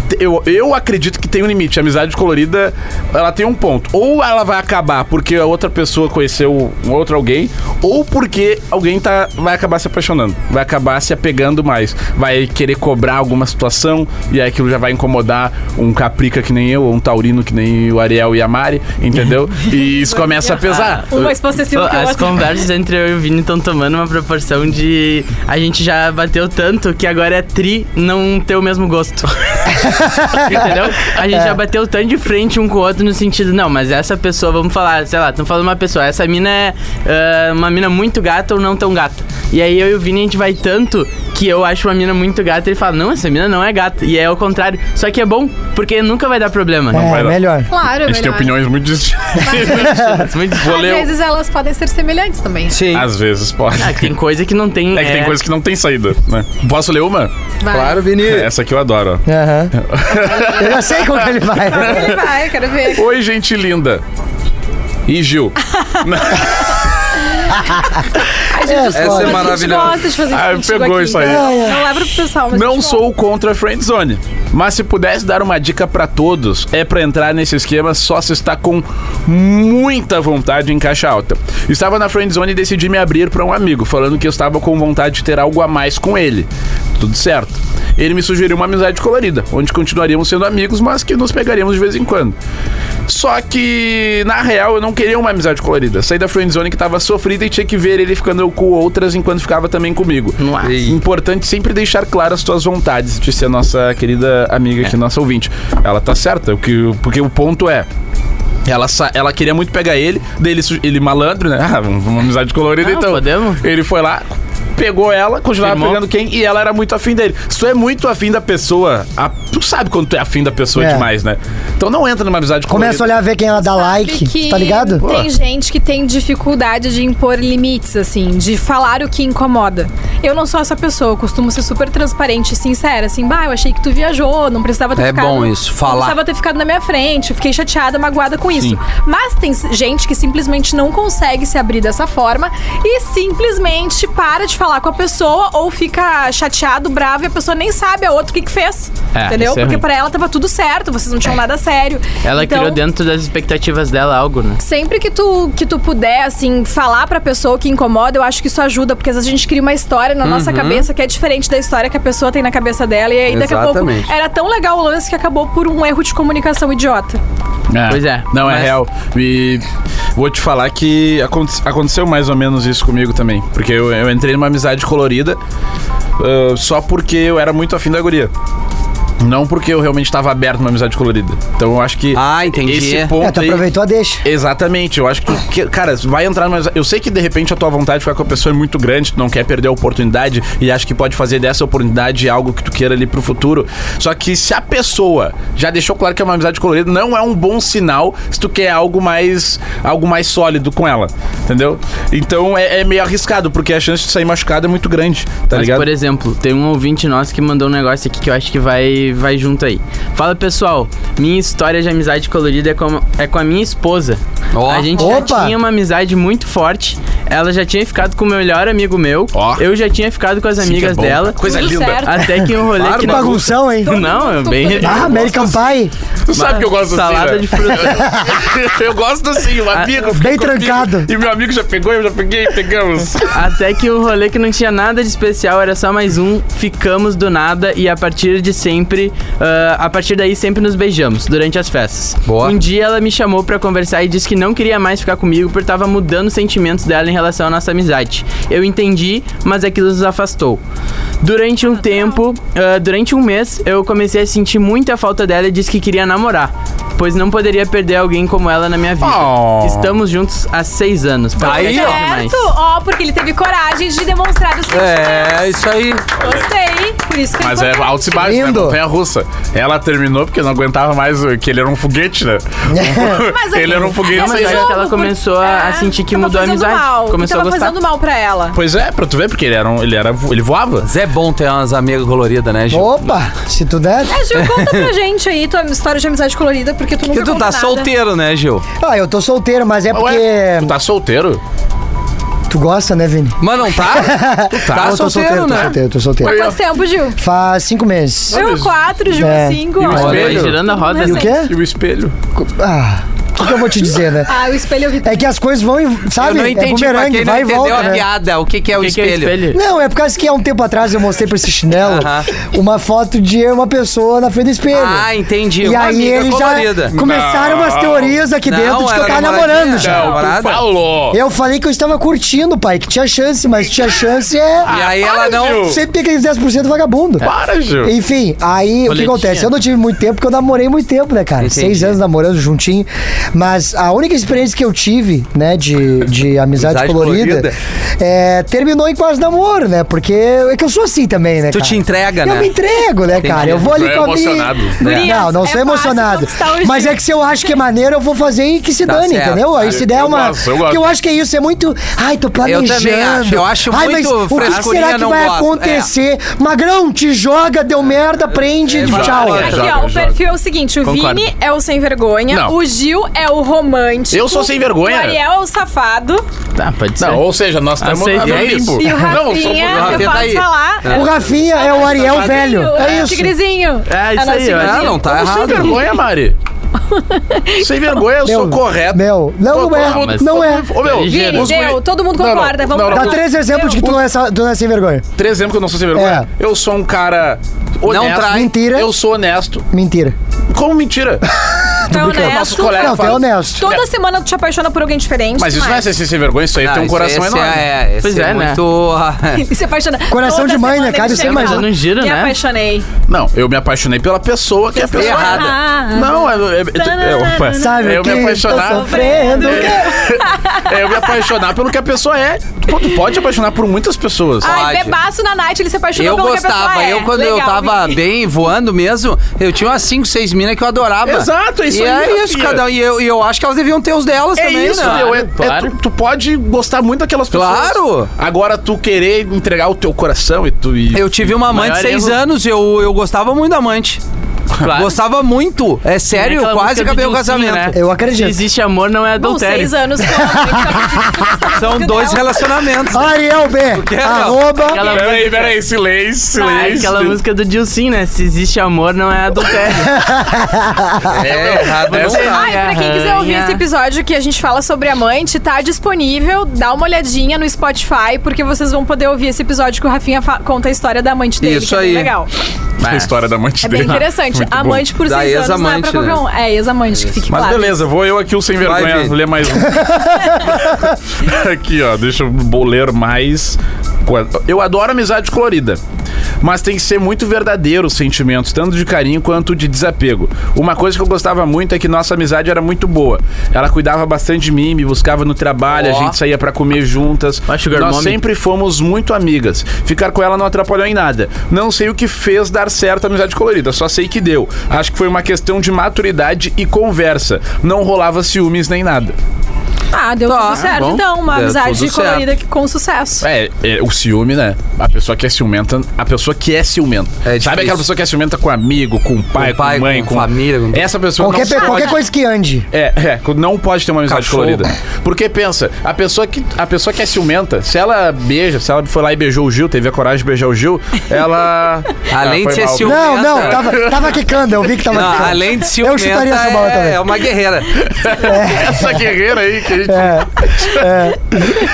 Speaker 3: te- Eu, eu acredito que tem um limite. A amizade colorida, ela tem um ponto. Ou ela vai acabar porque a outra pessoa conheceu um outro alguém, ou porque alguém tá, vai acabar se apaixonando, vai acabar se apegando mais, vai querer cobrar alguma situação e aí aquilo já vai incomodar um caprica que nem eu, ou um taurino que nem o Ariel e a Mari, entendeu? E isso começa a pesar.
Speaker 5: Um mais possessivo que o
Speaker 2: As
Speaker 5: outro.
Speaker 2: conversas entre eu e o Vini estão tomando uma proporção de. A gente já bateu tanto que agora é tri não ter o mesmo gosto. Entendeu? A gente já bateu tanto de frente um com o outro no sentido, não, mas essa pessoa, vamos falar, sei lá, estamos falando uma pessoa, essa mina é ah, uma mina muito gata ou não tão gata. E aí eu e o Vini a gente vai tanto que eu acho uma mina muito gata e ele fala, não, essa mina não é gata. E é ao contrário. Só que é bom, porque nunca vai dar problema.
Speaker 4: É,
Speaker 3: vai lá.
Speaker 4: melhor.
Speaker 5: Claro, é
Speaker 3: A gente tem
Speaker 5: melhor.
Speaker 3: opiniões muito distintas.
Speaker 2: Muito é
Speaker 3: Vou
Speaker 5: Às
Speaker 3: ler o-
Speaker 5: vezes elas podem ser semelhantes também.
Speaker 1: Sim.
Speaker 3: Às vezes pode.
Speaker 2: Ah, tem coisa que não tem.
Speaker 3: É que tem coisa que não tem saída, né? Posso ler uma? É,
Speaker 5: Vai.
Speaker 1: Vini.
Speaker 3: Essa aqui eu adoro. ó.
Speaker 4: Aham. Eu já sei como que ele vai.
Speaker 5: Ele vai, quero ver.
Speaker 3: Oi, gente linda. E Gil.
Speaker 5: Ai, gente, eu sou
Speaker 1: Essa é
Speaker 5: uma-
Speaker 1: maravilhosa.
Speaker 5: A gente gosta de fazer isso
Speaker 3: Ah,
Speaker 5: contigo
Speaker 3: pegou
Speaker 5: aqui.
Speaker 3: isso aí.
Speaker 5: Ai, ai. Não leva pro pessoal, mas a
Speaker 3: Não
Speaker 5: gente
Speaker 3: sou contra a friend zone, mas se pudesse dar uma dica pra todos, é pra entrar nesse esquema só se está com muita vontade em caixa alta. Estava na friend zone e decidi me abrir pra um amigo, falando que eu estava com vontade de ter algo a mais com ele. Tudo certo. Ele me sugeriu uma amizade colorida, onde continuaríamos sendo amigos, mas que nos pegaríamos de vez em quando. Só que, na real, eu não queria uma amizade colorida. Saí da friend zone que tava sofrida e tinha que ver ele ficando com outras enquanto ficava também comigo.
Speaker 2: Nossa.
Speaker 3: E Importante sempre deixar claras as tuas vontades, disse a nossa querida amiga
Speaker 2: É.
Speaker 3: aqui, nossa ouvinte. Ela tá certa, o que- porque o ponto é. Ela, sa- ela queria muito pegar ele, daí ele, su- ele malandro, né? Ah, vamos uma amizade colorida
Speaker 2: Ah,
Speaker 3: então.
Speaker 2: podemos?
Speaker 3: Ele foi lá, pegou ela, continuava
Speaker 2: Firmou.
Speaker 3: pegando quem e ela era muito afim dele. Se tu é muito afim da pessoa, a- tu sabe quando tu é afim da pessoa
Speaker 4: É.
Speaker 3: demais, né? Então não entra numa amizade colorida.
Speaker 4: Começa a olhar, ver quem ela dá like,
Speaker 5: que
Speaker 4: tá ligado?
Speaker 5: Tem gente que tem dificuldade de impor limites, assim, de falar o que incomoda. Eu não sou essa pessoa, eu costumo ser super transparente e sincera, assim, bah, eu achei que tu viajou, não precisava ter
Speaker 1: É
Speaker 5: ficado.
Speaker 1: bom isso, falar.
Speaker 5: Não precisava ter ficado na minha frente, eu fiquei chateada, magoada com isso. Mas tem s- gente que simplesmente não consegue se abrir dessa forma e simplesmente para de falar com a pessoa ou fica chateado, bravo e a pessoa nem sabe a outra o que que fez.
Speaker 2: É,
Speaker 5: entendeu?
Speaker 2: isso é ruim.
Speaker 5: Porque
Speaker 2: É.
Speaker 5: pra ela tava tudo certo, vocês não tinham nada sério.
Speaker 2: Ela
Speaker 5: Então-
Speaker 2: criou dentro das expectativas dela algo, né?
Speaker 5: Sempre que tu, que tu puder, assim, falar pra pessoa que incomoda, eu acho que isso ajuda, porque às vezes a gente cria uma história na nossa cabeça que é diferente da história que a pessoa tem na cabeça dela, e aí daqui a
Speaker 1: Exatamente.
Speaker 5: pouco era tão legal o lance que acabou por um erro de comunicação idiota.
Speaker 3: É.
Speaker 2: Pois é,
Speaker 3: Não, é
Speaker 2: mas-
Speaker 3: real. E vou te falar que aconte- aconteceu mais ou menos isso comigo também. Porque eu, eu entrei numa amizade colorida ah, só porque eu era muito afim da guria. Não porque eu realmente estava aberto numa amizade colorida. Então eu acho que
Speaker 1: Ah, entendi.
Speaker 3: esse
Speaker 4: É,
Speaker 3: ponto
Speaker 4: tu
Speaker 3: aí-
Speaker 4: aproveitou a deixa.
Speaker 3: Exatamente, eu acho que, tu, que- cara, vai entrar numa. Eu sei que de repente a tua vontade de ficar com a pessoa é muito grande, tu não quer perder a oportunidade e acho que pode fazer dessa oportunidade algo que tu queira ali pro futuro. Só que se a pessoa já deixou claro que é uma amizade colorida, não é um bom sinal se tu quer algo mais algo mais sólido com ela, entendeu? Então é, é meio arriscado, porque a chance de sair machucado é muito grande, tá
Speaker 2: Mas,
Speaker 3: ligado?
Speaker 2: por exemplo, tem um ouvinte nosso que mandou um negócio aqui que eu acho que vai, vai junto aí. Fala, pessoal, minha história de amizade colorida é com, é com a minha esposa.
Speaker 1: Ó.
Speaker 2: a gente já
Speaker 4: Opa!
Speaker 2: tinha uma amizade muito forte. Ela já tinha ficado com o meu melhor amigo meu.
Speaker 3: Ó.
Speaker 2: Eu já tinha ficado com as
Speaker 3: Sim, que é
Speaker 2: amigas
Speaker 3: bom.
Speaker 2: dela.
Speaker 3: Coisa
Speaker 5: Tudo
Speaker 3: linda.
Speaker 5: certo.
Speaker 2: Até que um rolê
Speaker 1: Claro, né?
Speaker 2: que
Speaker 4: Que
Speaker 2: não-
Speaker 4: bagunção, hein?
Speaker 2: Não, é bem.
Speaker 4: Ah,
Speaker 5: assim,
Speaker 4: American Pie.
Speaker 3: Tu sabe que eu gosto
Speaker 2: Salada
Speaker 3: assim,
Speaker 2: de
Speaker 3: né?
Speaker 2: fruta.
Speaker 3: Eu gosto assim, um amigo. fica
Speaker 4: bem
Speaker 3: comigo,
Speaker 4: trancado.
Speaker 3: E meu amigo já pegou, eu já peguei, pegamos.
Speaker 2: Até que o rolê que não tinha nada de especial era só mais um. Ficamos do nada e a partir de sempre, ah, a partir daí sempre nos beijamos durante as festas.
Speaker 1: Boa.
Speaker 2: Um dia ela me chamou pra conversar e disse que não queria mais ficar comigo porque tava mudando os sentimentos dela em relação à nossa amizade. Eu entendi, mas aquilo nos afastou. Durante um tempo, ah, durante um mês, eu comecei a sentir muita falta dela e disse que queria namorar, pois não poderia perder alguém como ela na minha vida.
Speaker 3: Oh.
Speaker 2: Estamos juntos há seis anos.
Speaker 1: Aí,
Speaker 2: Parabéns
Speaker 1: ó.
Speaker 2: demais.
Speaker 5: "Ah, certo? Ó, porque ele teve coragem de demonstrar o seu
Speaker 1: É, isso aí.
Speaker 5: Gostei, por isso que
Speaker 3: Mas
Speaker 5: ele
Speaker 3: é altos e baixos, né?
Speaker 4: Lindo.
Speaker 3: Montanha russa. Ela terminou porque não aguentava mais o- que ele era um foguete, né?
Speaker 5: Mas
Speaker 3: Ele era um foguete,
Speaker 5: mas
Speaker 3: mas
Speaker 5: é
Speaker 3: acho
Speaker 2: que ela
Speaker 5: jogo, é,
Speaker 2: começou a- a sentir que
Speaker 5: tava
Speaker 2: mudou a
Speaker 5: fazendo
Speaker 2: amizade,
Speaker 5: Mal,
Speaker 2: começou a
Speaker 5: tava
Speaker 2: gostar.
Speaker 5: fazendo mal pra ela.
Speaker 3: Pois é, pra tu ver, porque ele era um, ele era ele voava.
Speaker 1: Mas é bom ter umas amigas coloridas, né, Gil?
Speaker 4: Opa, se tu der.
Speaker 5: É, Gil, conta pra gente aí tua história de amizade colorida, porque tu nunca
Speaker 1: Porque tu
Speaker 4: é
Speaker 5: conta
Speaker 1: tá
Speaker 5: nada.
Speaker 1: solteiro, né, Gil?
Speaker 4: Ah, eu tô solteiro, mas é porque.
Speaker 3: Ué, tu tá solteiro?
Speaker 4: Tu gosta, né, Vini?
Speaker 1: Mas não tá? Tu tá
Speaker 4: eu tô
Speaker 1: solteiro,
Speaker 4: tô
Speaker 1: né?
Speaker 4: solteiro, tô solteiro.
Speaker 5: Quanto tempo, Gil?
Speaker 4: Faz cinco meses.
Speaker 5: Eu quatro, Gil
Speaker 4: É.
Speaker 5: cinco.
Speaker 3: E o
Speaker 5: ó.
Speaker 3: espelho?
Speaker 2: Olha, girando a roda.
Speaker 4: E o quê?
Speaker 3: E o espelho?
Speaker 4: Ah, o que, que eu vou te dizer, né?
Speaker 5: Ah, o espelho eu vi.
Speaker 4: É que as coisas vão e.
Speaker 1: Eu
Speaker 4: Sabe?
Speaker 1: não
Speaker 4: é
Speaker 1: entendi, pra
Speaker 4: bumerangue,
Speaker 1: quem não
Speaker 4: vai e
Speaker 1: entendeu
Speaker 4: volta.
Speaker 1: a
Speaker 4: né?
Speaker 1: piada, o que, que é o
Speaker 2: O que, que é o
Speaker 1: espelho?
Speaker 2: espelho?
Speaker 4: Não, é por causa que há um tempo atrás eu mostrei pra esse chinelo
Speaker 1: Aham.
Speaker 4: uma foto de uma pessoa na frente do espelho.
Speaker 1: Ah, entendi.
Speaker 4: e
Speaker 1: Uma
Speaker 4: aí
Speaker 1: amiga
Speaker 4: eles já
Speaker 1: colorida.
Speaker 4: começaram umas teorias aqui
Speaker 1: Não, é
Speaker 4: dentro de que eu
Speaker 1: era
Speaker 4: tava
Speaker 1: namoradinha.
Speaker 4: namorando já. é
Speaker 1: Não,
Speaker 3: tu
Speaker 1: parada.
Speaker 3: falou!
Speaker 4: Eu falei que eu estava curtindo, pai, que tinha chance, mas tinha chance é.
Speaker 1: E É. aí ela
Speaker 3: Para,
Speaker 1: não...
Speaker 3: Gil.
Speaker 4: Sempre tem aqueles 10% vagabundo. É.
Speaker 3: Para, Gil!
Speaker 4: Enfim, aí o que
Speaker 2: Boletinha.
Speaker 4: acontece? Eu não tive muito tempo, porque eu namorei muito tempo, né, cara?
Speaker 1: Entendi.
Speaker 4: Seis anos namorando juntinho. Mas a única experiência que eu tive, né, de, de amizade,
Speaker 1: Amizade
Speaker 4: colorida,
Speaker 1: colorida.
Speaker 4: é, terminou em quase namoro, né? Porque é que eu sou assim também, né,
Speaker 1: Tu te entrega,
Speaker 4: eu
Speaker 1: né?
Speaker 4: Eu me entrego, né, cara? Eu vou ali
Speaker 3: Tu é
Speaker 4: com a minha...
Speaker 3: emocionado.
Speaker 5: Gurias,
Speaker 4: Não, não sou
Speaker 5: é fácil
Speaker 4: emocionado.
Speaker 5: conquistar o
Speaker 4: Mas
Speaker 5: Gil.
Speaker 4: é que se eu acho que é maneiro, eu vou fazer e que se
Speaker 1: Tá
Speaker 4: dane,
Speaker 1: certo.
Speaker 4: entendeu? Aí se der
Speaker 3: eu
Speaker 4: uma...
Speaker 3: gosto, eu
Speaker 4: Porque eu
Speaker 3: gosto.
Speaker 4: acho que é isso, é muito... Ai, tô
Speaker 1: também
Speaker 4: planejando.
Speaker 1: acho, eu acho
Speaker 4: Ai, mas
Speaker 1: muito
Speaker 4: o que será
Speaker 1: frescurinha,
Speaker 4: que
Speaker 1: não
Speaker 4: vai
Speaker 1: gosto. É.
Speaker 4: acontecer? Magrão, te joga, deu merda, prende,
Speaker 1: É, vai,
Speaker 4: tchau.
Speaker 1: vai,
Speaker 5: Aqui,
Speaker 3: Joga,
Speaker 5: ó, o
Speaker 3: joga.
Speaker 5: perfil é o seguinte: o
Speaker 2: Concordo.
Speaker 5: Vini é o sem vergonha,
Speaker 3: Não.
Speaker 5: o Gil é o romântico.
Speaker 3: Eu sou sem vergonha.
Speaker 5: O Ariel é o safado.
Speaker 2: Tá, pode ser.
Speaker 4: é.
Speaker 3: Não, ou seja, nós estamos
Speaker 2: Aceitei
Speaker 3: no
Speaker 2: isso.
Speaker 3: limbo.
Speaker 5: E
Speaker 3: Não,
Speaker 5: o
Speaker 3: sou-
Speaker 5: Rafinha,
Speaker 1: o Rafinha
Speaker 5: eu
Speaker 1: tá
Speaker 5: posso
Speaker 1: aí.
Speaker 5: falar.
Speaker 4: O Rafinha é o Ariel velho. É
Speaker 5: o
Speaker 4: isso.
Speaker 5: tigrezinho.
Speaker 2: É isso
Speaker 5: o nosso
Speaker 2: aí, ó.
Speaker 1: Ah,
Speaker 5: tigrezinho.
Speaker 1: não tá
Speaker 4: é
Speaker 3: sem
Speaker 1: errado.
Speaker 3: vergonha, Mari. sem vergonha, eu sou correto.
Speaker 4: Meu, não
Speaker 3: Pô, todo
Speaker 4: é,
Speaker 3: mundo-
Speaker 4: não é.
Speaker 3: Ô, meu,
Speaker 2: Gente,
Speaker 3: os guri-
Speaker 5: deu, todo mundo
Speaker 3: Não, não,
Speaker 5: concorda, vamos
Speaker 3: não, não,
Speaker 5: lá.
Speaker 4: Dá três exemplos de que tu não é, sa- tu não é sem vergonha.
Speaker 3: Três exemplos que eu não sou sem vergonha. Eu sou um cara honesto.
Speaker 1: trai.
Speaker 4: Mentira.
Speaker 3: Eu sou honesto.
Speaker 4: Mentira.
Speaker 3: Como mentira?
Speaker 5: Tu é honesto.
Speaker 3: Nossos colegas
Speaker 4: Não, tu é
Speaker 3: falam.
Speaker 4: honesto.
Speaker 5: Toda semana tu te apaixona por alguém diferente.
Speaker 3: Mas isso não é
Speaker 5: mas-
Speaker 3: ser sem vergonha, isso aí tem um
Speaker 1: esse-
Speaker 3: coração
Speaker 1: Ah, esse
Speaker 3: enorme.
Speaker 1: É, esse
Speaker 2: Pois
Speaker 1: é,
Speaker 2: é, né?
Speaker 1: muito.
Speaker 5: Ele se apaixona.
Speaker 4: Coração
Speaker 5: Toda
Speaker 4: de mãe,
Speaker 5: semana
Speaker 4: né, cara?
Speaker 5: ele
Speaker 4: Isso
Speaker 5: chega
Speaker 4: aí,
Speaker 5: e
Speaker 4: mas
Speaker 5: fala,
Speaker 2: não gira,
Speaker 5: Me
Speaker 2: né?"
Speaker 5: apaixonei.
Speaker 3: Não, eu me apaixonei pela pessoa que é a pessoa
Speaker 1: errada.
Speaker 3: Não, é. é, é, é opa.
Speaker 4: Sabe
Speaker 3: eu
Speaker 4: o que
Speaker 3: me apaixonar.
Speaker 4: tô sofrendo?
Speaker 3: É eu me apaixonar pelo que a pessoa é. Pô, tu pode te apaixonar por muitas pessoas.
Speaker 5: Ai,
Speaker 1: Pode.
Speaker 5: bebaço na night, ele se apaixonou
Speaker 1: Eu
Speaker 5: pelo que a
Speaker 1: gostava.
Speaker 5: pessoa é.
Speaker 1: Eu, quando eu
Speaker 5: Legal,
Speaker 1: tava
Speaker 5: Vini.
Speaker 1: bem voando mesmo, eu tinha umas 5, 6 minas que eu adorava.
Speaker 3: Exato, é isso
Speaker 1: E
Speaker 3: aí,
Speaker 1: é isso,
Speaker 3: Rafinha.
Speaker 1: cada um. E eu, e eu acho que elas deviam ter os delas
Speaker 3: É
Speaker 1: também,
Speaker 3: isso,
Speaker 1: né?
Speaker 3: meu. É, é
Speaker 2: Claro.
Speaker 3: tu, tu pode gostar muito daquelas pessoas.
Speaker 1: Claro.
Speaker 3: Agora, tu querer entregar o teu coração e tu. E...
Speaker 1: Eu tive uma amante de
Speaker 2: Maior
Speaker 1: 6
Speaker 2: erro.
Speaker 1: anos, eu, eu gostava muito da amante.
Speaker 2: Claro.
Speaker 1: Gostava muito. É sério, eu
Speaker 2: Aquela
Speaker 1: quase
Speaker 2: música do
Speaker 1: acabei o
Speaker 2: Dilcinho,
Speaker 1: casamento.
Speaker 2: né?
Speaker 4: Eu acredito.
Speaker 2: Se existe amor, não é
Speaker 5: Bom,
Speaker 2: adultério.
Speaker 5: seis anos. com a mãe, tá pedindo
Speaker 1: São dois
Speaker 5: dela.
Speaker 1: relacionamentos.
Speaker 4: Ariel B.
Speaker 1: que é,
Speaker 4: Arroba.
Speaker 2: Aquela
Speaker 3: Peraí, é
Speaker 2: música-
Speaker 3: peraí, silêncio,
Speaker 2: Ah,
Speaker 3: silêncio.
Speaker 2: aquela música do Dilcim, né? Se existe amor, não é adultério.
Speaker 1: É, errado não
Speaker 2: Essa-
Speaker 1: tá.
Speaker 5: Ai, pra quem quiser ouvir
Speaker 2: Arranha.
Speaker 5: esse episódio que a gente fala sobre amante, tá disponível. Dá uma olhadinha no Spotify, porque vocês vão poder ouvir esse episódio que o Rafinha fa- conta a história da amante dele.
Speaker 1: Isso
Speaker 5: que é bem
Speaker 1: aí.
Speaker 5: legal.
Speaker 3: A história da amante
Speaker 5: É bem
Speaker 3: dele.
Speaker 5: interessante.
Speaker 3: Muito bom.
Speaker 5: amante por
Speaker 1: Da
Speaker 5: seis anos não é pra
Speaker 1: ex-amante,
Speaker 5: qualquer
Speaker 1: né?
Speaker 5: um. É, ex-amante, que fique
Speaker 3: Mas
Speaker 5: claro.
Speaker 3: beleza, vou eu aqui o sem
Speaker 1: Vai,
Speaker 3: vergonha
Speaker 1: Vini.
Speaker 3: ler mais um. aqui, ó, deixa eu vou ler mais. Eu adoro amizade colorida. Mas tem que ser muito verdadeiro os sentimentos, tanto de carinho quanto de desapego. Uma coisa que eu gostava muito é que nossa amizade era muito boa. Ela cuidava bastante de mim, me buscava no trabalho,
Speaker 1: Ó.
Speaker 3: a gente saía pra comer juntas.
Speaker 2: Vai, Sugar
Speaker 3: Nós
Speaker 2: Mommy.
Speaker 3: sempre fomos muito amigas. Ficar com ela não atrapalhou em nada. Não sei o que fez dar certo a amizade colorida, só sei que deu. Acho que foi uma questão de maturidade e conversa. Não rolava ciúmes nem nada.
Speaker 5: Ah, deu tudo
Speaker 1: Tá,
Speaker 5: certo,
Speaker 1: bom.
Speaker 5: então. Uma
Speaker 1: Deu
Speaker 5: amizade
Speaker 1: tudo certo.
Speaker 5: colorida que, com sucesso.
Speaker 3: É, é, o ciúme, né? A pessoa que é ciumenta, a pessoa que é ciumenta.
Speaker 1: É
Speaker 3: Sabe
Speaker 1: difícil.
Speaker 3: aquela pessoa que é ciumenta com amigo, com pai,
Speaker 1: Com
Speaker 3: com,
Speaker 1: pai,
Speaker 3: mãe,
Speaker 1: com família, com-
Speaker 3: Essa pessoa
Speaker 4: Qualquer,
Speaker 3: não
Speaker 4: pe- qualquer coisa que ande.
Speaker 3: É, é, não pode ter uma amizade
Speaker 1: Cachorro.
Speaker 3: colorida. Porque pensa, a pessoa que a pessoa que é ciumenta, se ela beija, se ela foi lá e beijou o Gil, teve a coragem de beijar o Gil, ela
Speaker 1: Além
Speaker 3: Ah,
Speaker 1: de
Speaker 3: foi
Speaker 1: ser
Speaker 3: mal.
Speaker 1: ciumenta,
Speaker 4: Não, não,
Speaker 1: Meta.
Speaker 4: tava, tava quicando, eu vi que tava
Speaker 1: Não, é
Speaker 4: quicando.
Speaker 1: além de
Speaker 4: Eu
Speaker 1: ciumenta,
Speaker 4: chutaria essa bola
Speaker 1: é,
Speaker 4: também.
Speaker 1: é uma guerreira.
Speaker 3: essa guerreira aí que a gente
Speaker 4: É.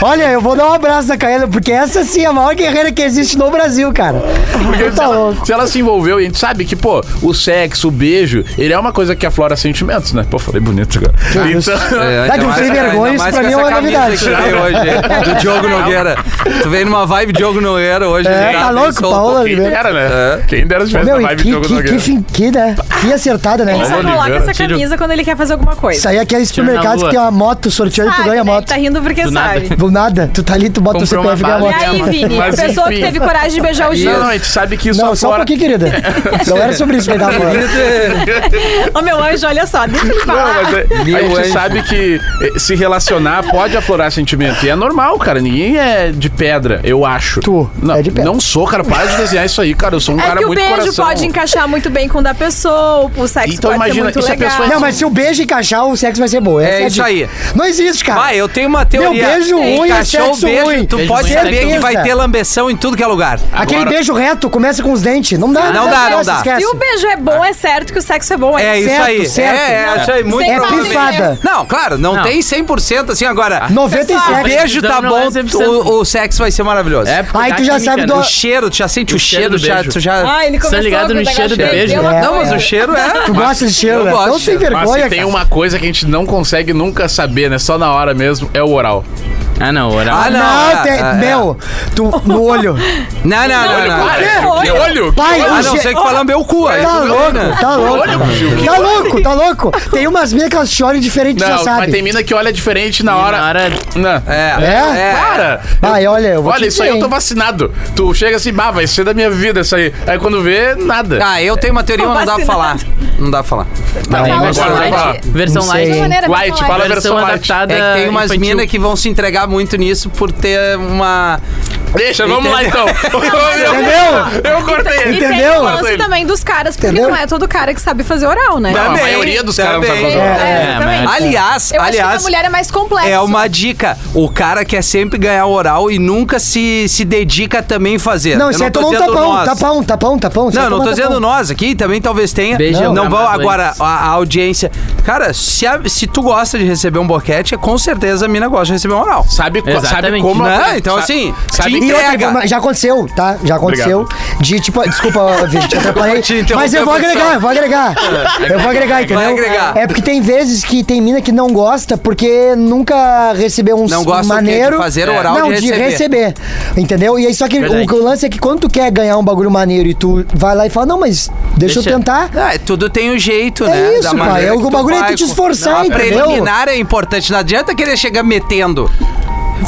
Speaker 4: Olha, eu vou dar um abraço na Caela, porque essa sim é a maior guerreira que existe no Brasil, cara.
Speaker 3: Porque
Speaker 4: tá
Speaker 3: se, ela,
Speaker 4: louco.
Speaker 3: se ela se envolveu, e a gente sabe que, pô, o sexo, o beijo, ele é uma coisa que aflora sentimentos, né? Pô, falei bonito agora.
Speaker 4: isso.
Speaker 3: Então,
Speaker 1: É, ainda
Speaker 4: Dá que um
Speaker 1: mais-
Speaker 4: sem vergonha,
Speaker 1: ainda
Speaker 4: isso
Speaker 1: mais
Speaker 4: pra
Speaker 1: com
Speaker 4: mim é
Speaker 1: essa
Speaker 4: uma
Speaker 1: camisa
Speaker 4: novidade.
Speaker 1: que tu veio hoje, do Diogo Nogueira. Tu veio numa vibe Diogo Nogueira hoje. né?
Speaker 4: É,
Speaker 1: ele
Speaker 4: tá
Speaker 1: bem
Speaker 4: louco,
Speaker 1: solto.
Speaker 4: Paola
Speaker 3: quem
Speaker 4: Oliveira.
Speaker 3: dera, né? Quem dera se tivesse
Speaker 4: Meu,
Speaker 3: na
Speaker 4: e
Speaker 3: vibe
Speaker 4: que,
Speaker 3: do
Speaker 4: que,
Speaker 3: jogo
Speaker 4: que, fin- que, né? que acertada, né?
Speaker 5: Ele só
Speaker 3: Vamos,
Speaker 5: coloca
Speaker 3: Oliveira,
Speaker 5: essa
Speaker 2: tira o-
Speaker 5: camisa quando ele quer fazer alguma
Speaker 4: Isso
Speaker 5: coisa.
Speaker 4: aí é aquele supermercado
Speaker 2: lua.
Speaker 4: que tem uma moto sorteando e tu
Speaker 5: Sabe,
Speaker 4: ganha a
Speaker 5: né?
Speaker 4: moto.
Speaker 5: Tá rindo porque
Speaker 2: Do nada.
Speaker 5: sabe.
Speaker 4: Do nada, tu tá ali, tu bota o
Speaker 2: Comprou
Speaker 4: CPF e ganha a
Speaker 2: uma
Speaker 5: E
Speaker 4: moto.
Speaker 5: aí, Vini,
Speaker 3: Mas,
Speaker 5: pessoa que
Speaker 3: enfim.
Speaker 5: teve coragem de beijar o Gil.
Speaker 3: Não, não, a gente sabe que isso
Speaker 4: Não, só um
Speaker 3: aflora.
Speaker 4: pouquinho, querida. Não era sobre isso que ele tava falando.
Speaker 5: Ô, meu anjo, olha só, deixa ele
Speaker 3: Não,
Speaker 5: falar.
Speaker 3: mas é-
Speaker 1: Meu
Speaker 3: a gente
Speaker 1: anjo.
Speaker 3: sabe que eh, se relacionar pode aflorar sentimento. E é normal, cara. Ninguém é de pedra, eu acho.
Speaker 4: Tu
Speaker 3: não,
Speaker 4: é de pedra.
Speaker 3: Não sou, cara. Para de desenhar isso aí, cara. Eu sou um
Speaker 5: É
Speaker 3: cara
Speaker 5: que o
Speaker 3: muito
Speaker 5: beijo
Speaker 3: coração.
Speaker 5: pode encaixar muito bem com o da pessoa, o sexo
Speaker 3: Então
Speaker 5: pode
Speaker 3: imagina,
Speaker 5: ser muito
Speaker 3: e se a
Speaker 5: legal.
Speaker 3: pessoa é
Speaker 4: Não, mas se o beijo encaixar, o sexo vai ser bom. Essa
Speaker 1: É
Speaker 4: a
Speaker 1: isso
Speaker 4: dica.
Speaker 1: aí.
Speaker 4: Não existe, cara.
Speaker 1: Vai, eu tenho uma teoria.
Speaker 4: beijo ruim é
Speaker 1: Encaixou o
Speaker 4: sexo
Speaker 1: beijo,
Speaker 4: ruim.
Speaker 1: tu
Speaker 2: Beijo
Speaker 1: pode
Speaker 2: ruim é
Speaker 1: saber que
Speaker 4: sexo.
Speaker 1: vai ter lambeção em tudo que é lugar.
Speaker 4: Aquele
Speaker 3: Agora-
Speaker 4: beijo reto começa com os dentes. Não dá,
Speaker 1: Não dá, não dá.
Speaker 4: esquece.
Speaker 5: Se o beijo é bom, é certo que o sexo é bom.
Speaker 1: É isso
Speaker 4: Certo,
Speaker 1: aí.
Speaker 4: certo.
Speaker 1: É, é, isso aí, muito
Speaker 5: Sem
Speaker 1: provavelmente.
Speaker 4: pifada.
Speaker 1: Não, claro, não,
Speaker 2: Não.
Speaker 1: tem 100% assim
Speaker 4: Ah,
Speaker 1: agora. O
Speaker 4: 97.
Speaker 1: beijo tá
Speaker 2: Não,
Speaker 1: bom,
Speaker 2: não é 100%.
Speaker 1: o, o sexo vai ser maravilhoso.
Speaker 2: porque
Speaker 4: Aí
Speaker 2: dá
Speaker 4: tu já
Speaker 2: química,
Speaker 4: sabe
Speaker 2: né?
Speaker 4: do-
Speaker 1: O cheiro, tu já sente o, cheiro,
Speaker 2: cheiro do
Speaker 1: já,
Speaker 2: beijo.
Speaker 1: tu já...
Speaker 5: Ah, ele
Speaker 2: Tá
Speaker 5: começou
Speaker 2: ligado
Speaker 5: com o
Speaker 2: no
Speaker 5: negócio
Speaker 2: cheiro do
Speaker 5: de-
Speaker 2: beijo,
Speaker 5: eu
Speaker 2: né?
Speaker 1: Não, mas o cheiro é...
Speaker 4: Tu gosta de cheiro,
Speaker 1: Eu
Speaker 4: né?
Speaker 1: gosto
Speaker 4: Não
Speaker 1: de
Speaker 4: sem
Speaker 1: cheiro.
Speaker 3: Mas se
Speaker 4: vergonha,
Speaker 3: tem
Speaker 4: cara.
Speaker 3: uma coisa que a gente não consegue nunca saber, né? Só na hora mesmo, é o oral.
Speaker 2: Ah, não, oral.
Speaker 1: Ah,
Speaker 4: Não,
Speaker 1: Não, é,
Speaker 4: tem...
Speaker 1: é, é.
Speaker 4: Meu, tu no olho.
Speaker 1: Não, não, não, não.
Speaker 5: Olha,
Speaker 1: não.
Speaker 5: olha.
Speaker 3: Que olho!
Speaker 4: Pai,
Speaker 1: A
Speaker 4: o
Speaker 1: não
Speaker 4: che-
Speaker 1: ser que falar meu cu. aí
Speaker 4: Tá
Speaker 1: tudo bem,
Speaker 4: louco,
Speaker 1: né?
Speaker 4: tá louco. Tá louco, tá louco. Tem umas minhas que elas choram diferente, tu já
Speaker 3: Não, mas tem
Speaker 4: sabe.
Speaker 3: mina que olha diferente na hora.
Speaker 2: na hora-
Speaker 3: Não.
Speaker 1: É,
Speaker 4: É?
Speaker 3: Para!
Speaker 4: Vai, olha, eu vou
Speaker 3: Olha,
Speaker 4: te
Speaker 3: isso aí
Speaker 4: dizer,
Speaker 3: eu tô
Speaker 4: hein.
Speaker 3: vacinado. Tu chega assim, bah, vai ser da minha vida isso aí. Aí quando vê, nada.
Speaker 1: Ah, eu tenho uma teoria, mas não dá pra falar. Não dá pra falar.
Speaker 3: Não,
Speaker 4: Fala
Speaker 3: agora
Speaker 2: versão
Speaker 3: vai
Speaker 2: light.
Speaker 3: falar.
Speaker 2: Versão
Speaker 4: Não sei.
Speaker 2: light.
Speaker 5: maneira bem
Speaker 3: Light,
Speaker 5: light.
Speaker 3: fala a versão
Speaker 2: Versão
Speaker 3: light.
Speaker 2: adaptada.
Speaker 1: É que tem umas
Speaker 2: infantil.
Speaker 1: minas que vão se entregar focar muito nisso por ter uma.
Speaker 3: Deixa, vamos lá então.
Speaker 4: Entendeu?
Speaker 3: eu, eu cortei ele.
Speaker 5: E tem
Speaker 4: Entendeu?
Speaker 5: o lance também dos caras, porque
Speaker 4: Entendeu?
Speaker 5: não é todo cara que sabe fazer oral, né?
Speaker 3: Não, a
Speaker 1: Também,
Speaker 3: maioria dos caras não sabe
Speaker 1: também.
Speaker 3: fazer
Speaker 5: É,
Speaker 3: oral.
Speaker 5: exatamente.
Speaker 2: mas-
Speaker 1: Aliás,
Speaker 5: Eu acho que
Speaker 1: aliás.
Speaker 5: a mulher é mais complexa.
Speaker 1: É uma dica. O cara quer sempre ganhar oral e nunca se, se dedica a também fazer.
Speaker 4: Não,
Speaker 1: Eu
Speaker 4: isso aí
Speaker 1: tô
Speaker 4: tomou um
Speaker 1: dizendo
Speaker 4: tapão,
Speaker 1: nós.
Speaker 4: tapão, tapão, tapão. isso aí
Speaker 1: Não, não
Speaker 4: tomou
Speaker 1: tô
Speaker 4: um
Speaker 1: dizendo
Speaker 4: tapão.
Speaker 1: nós aqui, também talvez tenha.
Speaker 2: Beijão,
Speaker 1: não vão
Speaker 2: Amazonas.
Speaker 1: agora a, a audiência. Cara, se, a- se tu gosta de receber um boquete, com certeza a mina gosta de receber um oral.
Speaker 3: Sabe, co- sabe
Speaker 2: Exatamente.
Speaker 3: como... é?
Speaker 1: Não, então assim,
Speaker 3: sabe,
Speaker 1: te
Speaker 4: E outra,
Speaker 1: Entrega.
Speaker 4: mas já aconteceu, tá? Já aconteceu. De tipo, desculpa, Vitor, te atrapalhei.
Speaker 1: te interromper,
Speaker 4: Mas eu vou
Speaker 1: produção.
Speaker 4: agregar, eu vou agregar. Eu vou agregar, entendeu?
Speaker 1: agregar.
Speaker 4: É porque tem vezes que tem mina que não gosta porque nunca recebeu um
Speaker 1: Não gosta o quê? De
Speaker 4: maneiro. É.
Speaker 1: fazer oral,
Speaker 4: Não,
Speaker 1: de
Speaker 4: de
Speaker 1: receber.
Speaker 4: receber. Entendeu? E aí só que o,
Speaker 2: Verdade.
Speaker 4: o lance é que quando tu quer ganhar um bagulho maneiro e tu vai lá e fala, não, mas deixa, eu
Speaker 2: Deixa.
Speaker 4: tentar.
Speaker 1: Ah, tudo tem um jeito,
Speaker 4: É
Speaker 1: né?
Speaker 4: isso, pai.
Speaker 1: maneira
Speaker 4: É o
Speaker 1: que tu
Speaker 4: bagulho é tu
Speaker 1: vai
Speaker 4: te
Speaker 1: com-
Speaker 4: esforçar,
Speaker 1: Não, a
Speaker 4: entendeu?
Speaker 1: preliminar é importante. Não adianta querer chegar metendo.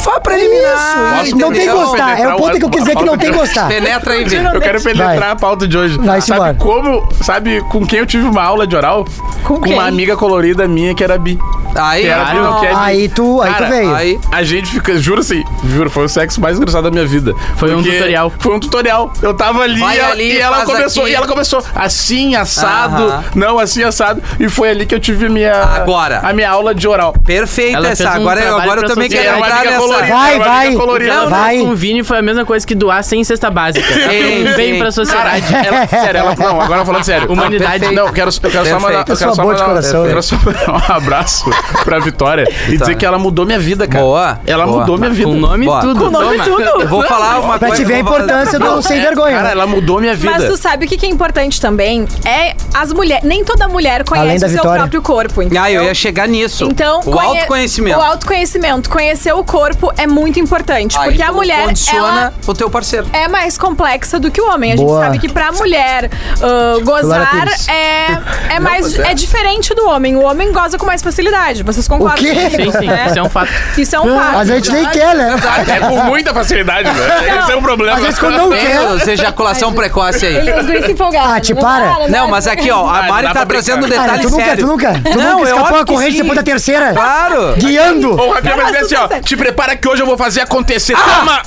Speaker 1: Fala preliminar.
Speaker 4: Isso, não tem
Speaker 1: entendeu?
Speaker 4: gostar. É o ponto que eu quis dizer que não tem gostar.
Speaker 1: Penetra e vê.
Speaker 3: Eu quero penetrar
Speaker 4: Vai.
Speaker 3: a pauta de hoje.
Speaker 4: Vai,
Speaker 3: sabe
Speaker 4: simbora.
Speaker 3: como... Sabe com quem eu tive uma aula de oral? Com,
Speaker 5: quem?
Speaker 3: uma amiga colorida minha que era bi.
Speaker 1: Aí,
Speaker 3: Que era bi, não, que é bi.
Speaker 4: Aí tu, aí
Speaker 3: Cara,
Speaker 4: tu veio.
Speaker 1: aí.
Speaker 3: A gente fica, juro assim, juro, foi o sexo mais engraçado da minha vida.
Speaker 2: Foi um
Speaker 3: Porque
Speaker 2: tutorial.
Speaker 3: Foi um tutorial. Eu tava ali,
Speaker 1: Vai
Speaker 3: e ela-
Speaker 1: ali,
Speaker 3: e ela
Speaker 1: faz
Speaker 3: começou,
Speaker 1: aqui.
Speaker 3: e ela começou assim, assado,
Speaker 1: Aham.
Speaker 3: não, assim, assado. E foi ali que eu tive minha.
Speaker 1: Agora.
Speaker 3: A minha aula de oral.
Speaker 1: Perfeita
Speaker 2: Ela
Speaker 1: essa.
Speaker 2: fez um
Speaker 1: Agora, eu-
Speaker 2: trabalho
Speaker 1: agora eu
Speaker 2: pra
Speaker 1: também
Speaker 2: social.
Speaker 1: quero
Speaker 2: É uma
Speaker 1: entrar
Speaker 3: amiga
Speaker 1: nessa.
Speaker 3: colorida,
Speaker 4: Vai,
Speaker 3: era uma amiga
Speaker 4: vai.
Speaker 3: colorida.
Speaker 2: Não,
Speaker 4: Vai.
Speaker 2: não, com o Vini foi a mesma coisa que doar sem cesta básica.
Speaker 1: Sim,
Speaker 2: É um
Speaker 1: sim.
Speaker 2: bem pra sociedade.
Speaker 3: Ela- sério, ela- não, agora falando sério. Tá
Speaker 2: Humanidade.
Speaker 3: Não, eu quero, eu quero só
Speaker 1: Perfeito.
Speaker 3: mandar, eu
Speaker 4: Eu sou
Speaker 3: quero só
Speaker 4: boa de
Speaker 3: mandar,
Speaker 4: coração,
Speaker 3: eu quero só mandar um abraço pra Vitória e dizer que ela mudou minha vida, cara.
Speaker 1: Boa,
Speaker 3: Ela
Speaker 1: boa.
Speaker 3: mudou minha vida.
Speaker 2: Com nome e
Speaker 1: Boa.
Speaker 2: tudo.
Speaker 1: Com
Speaker 2: nome e tudo.
Speaker 1: Eu vou falar uma
Speaker 4: Pra
Speaker 1: coisa.
Speaker 4: te ver a
Speaker 1: eu vou falar- assim,
Speaker 4: importância do sem vergonha.
Speaker 3: é, Cara, ela mudou minha vida.
Speaker 5: Mas tu sabe o que que é importante também? É as mulheres. Nem toda mulher
Speaker 4: Além
Speaker 5: conhece
Speaker 4: da
Speaker 5: o seu
Speaker 4: Vitória.
Speaker 5: próprio corpo. Entendeu?
Speaker 1: Ah, eu ia chegar nisso.
Speaker 5: Então,
Speaker 1: o
Speaker 5: conhe-
Speaker 1: autoconhecimento.
Speaker 5: O autoconhecimento, conhecer o corpo é muito importante.
Speaker 1: Aí
Speaker 5: porque a
Speaker 1: tu
Speaker 5: mulher.
Speaker 1: Ah, então condiciona
Speaker 5: Ela
Speaker 1: o teu parceiro.
Speaker 5: é mais complexa do que o homem. A
Speaker 4: Boa.
Speaker 5: gente sabe que pra mulher ah, gozar
Speaker 4: Pires.
Speaker 5: é, é mais.
Speaker 1: mas é.
Speaker 5: É diferente do homem. O homem goza com mais facilidade. Vocês concordam?
Speaker 4: quê?
Speaker 5: com
Speaker 2: Sim,
Speaker 5: isso,
Speaker 2: sim,
Speaker 5: né?
Speaker 2: isso é um fato.
Speaker 5: Isso é um fato.
Speaker 4: Mas a gente nem quer, né?
Speaker 3: É com muita facilidade, velho. Esse é o problema.
Speaker 4: Às vezes quando não quer.
Speaker 1: Menos ejaculação precoce aí.
Speaker 5: Ele- os guris se empolgaram. né?
Speaker 4: Ah, te
Speaker 5: Não
Speaker 4: para.
Speaker 1: Não, mas aqui, ó, a
Speaker 3: Ah,
Speaker 1: Mari
Speaker 3: dá
Speaker 1: tá
Speaker 3: pra
Speaker 1: trazendo um
Speaker 3: brincar.
Speaker 1: detalhe
Speaker 4: Cara, tu nunca,
Speaker 1: sério.
Speaker 4: tu nunca, tu
Speaker 1: Não,
Speaker 4: nunca
Speaker 1: é
Speaker 4: escapou
Speaker 1: óbvio
Speaker 4: a
Speaker 1: que
Speaker 4: corrente
Speaker 1: sim.
Speaker 4: depois da terceira.
Speaker 1: Claro.
Speaker 4: Guiando.
Speaker 3: Ô, Rafinha, mas
Speaker 5: Não,
Speaker 3: diz assim, ó.
Speaker 5: super
Speaker 3: Te prepara que hoje eu vou fazer acontecer.
Speaker 5: Ah!
Speaker 3: Toma!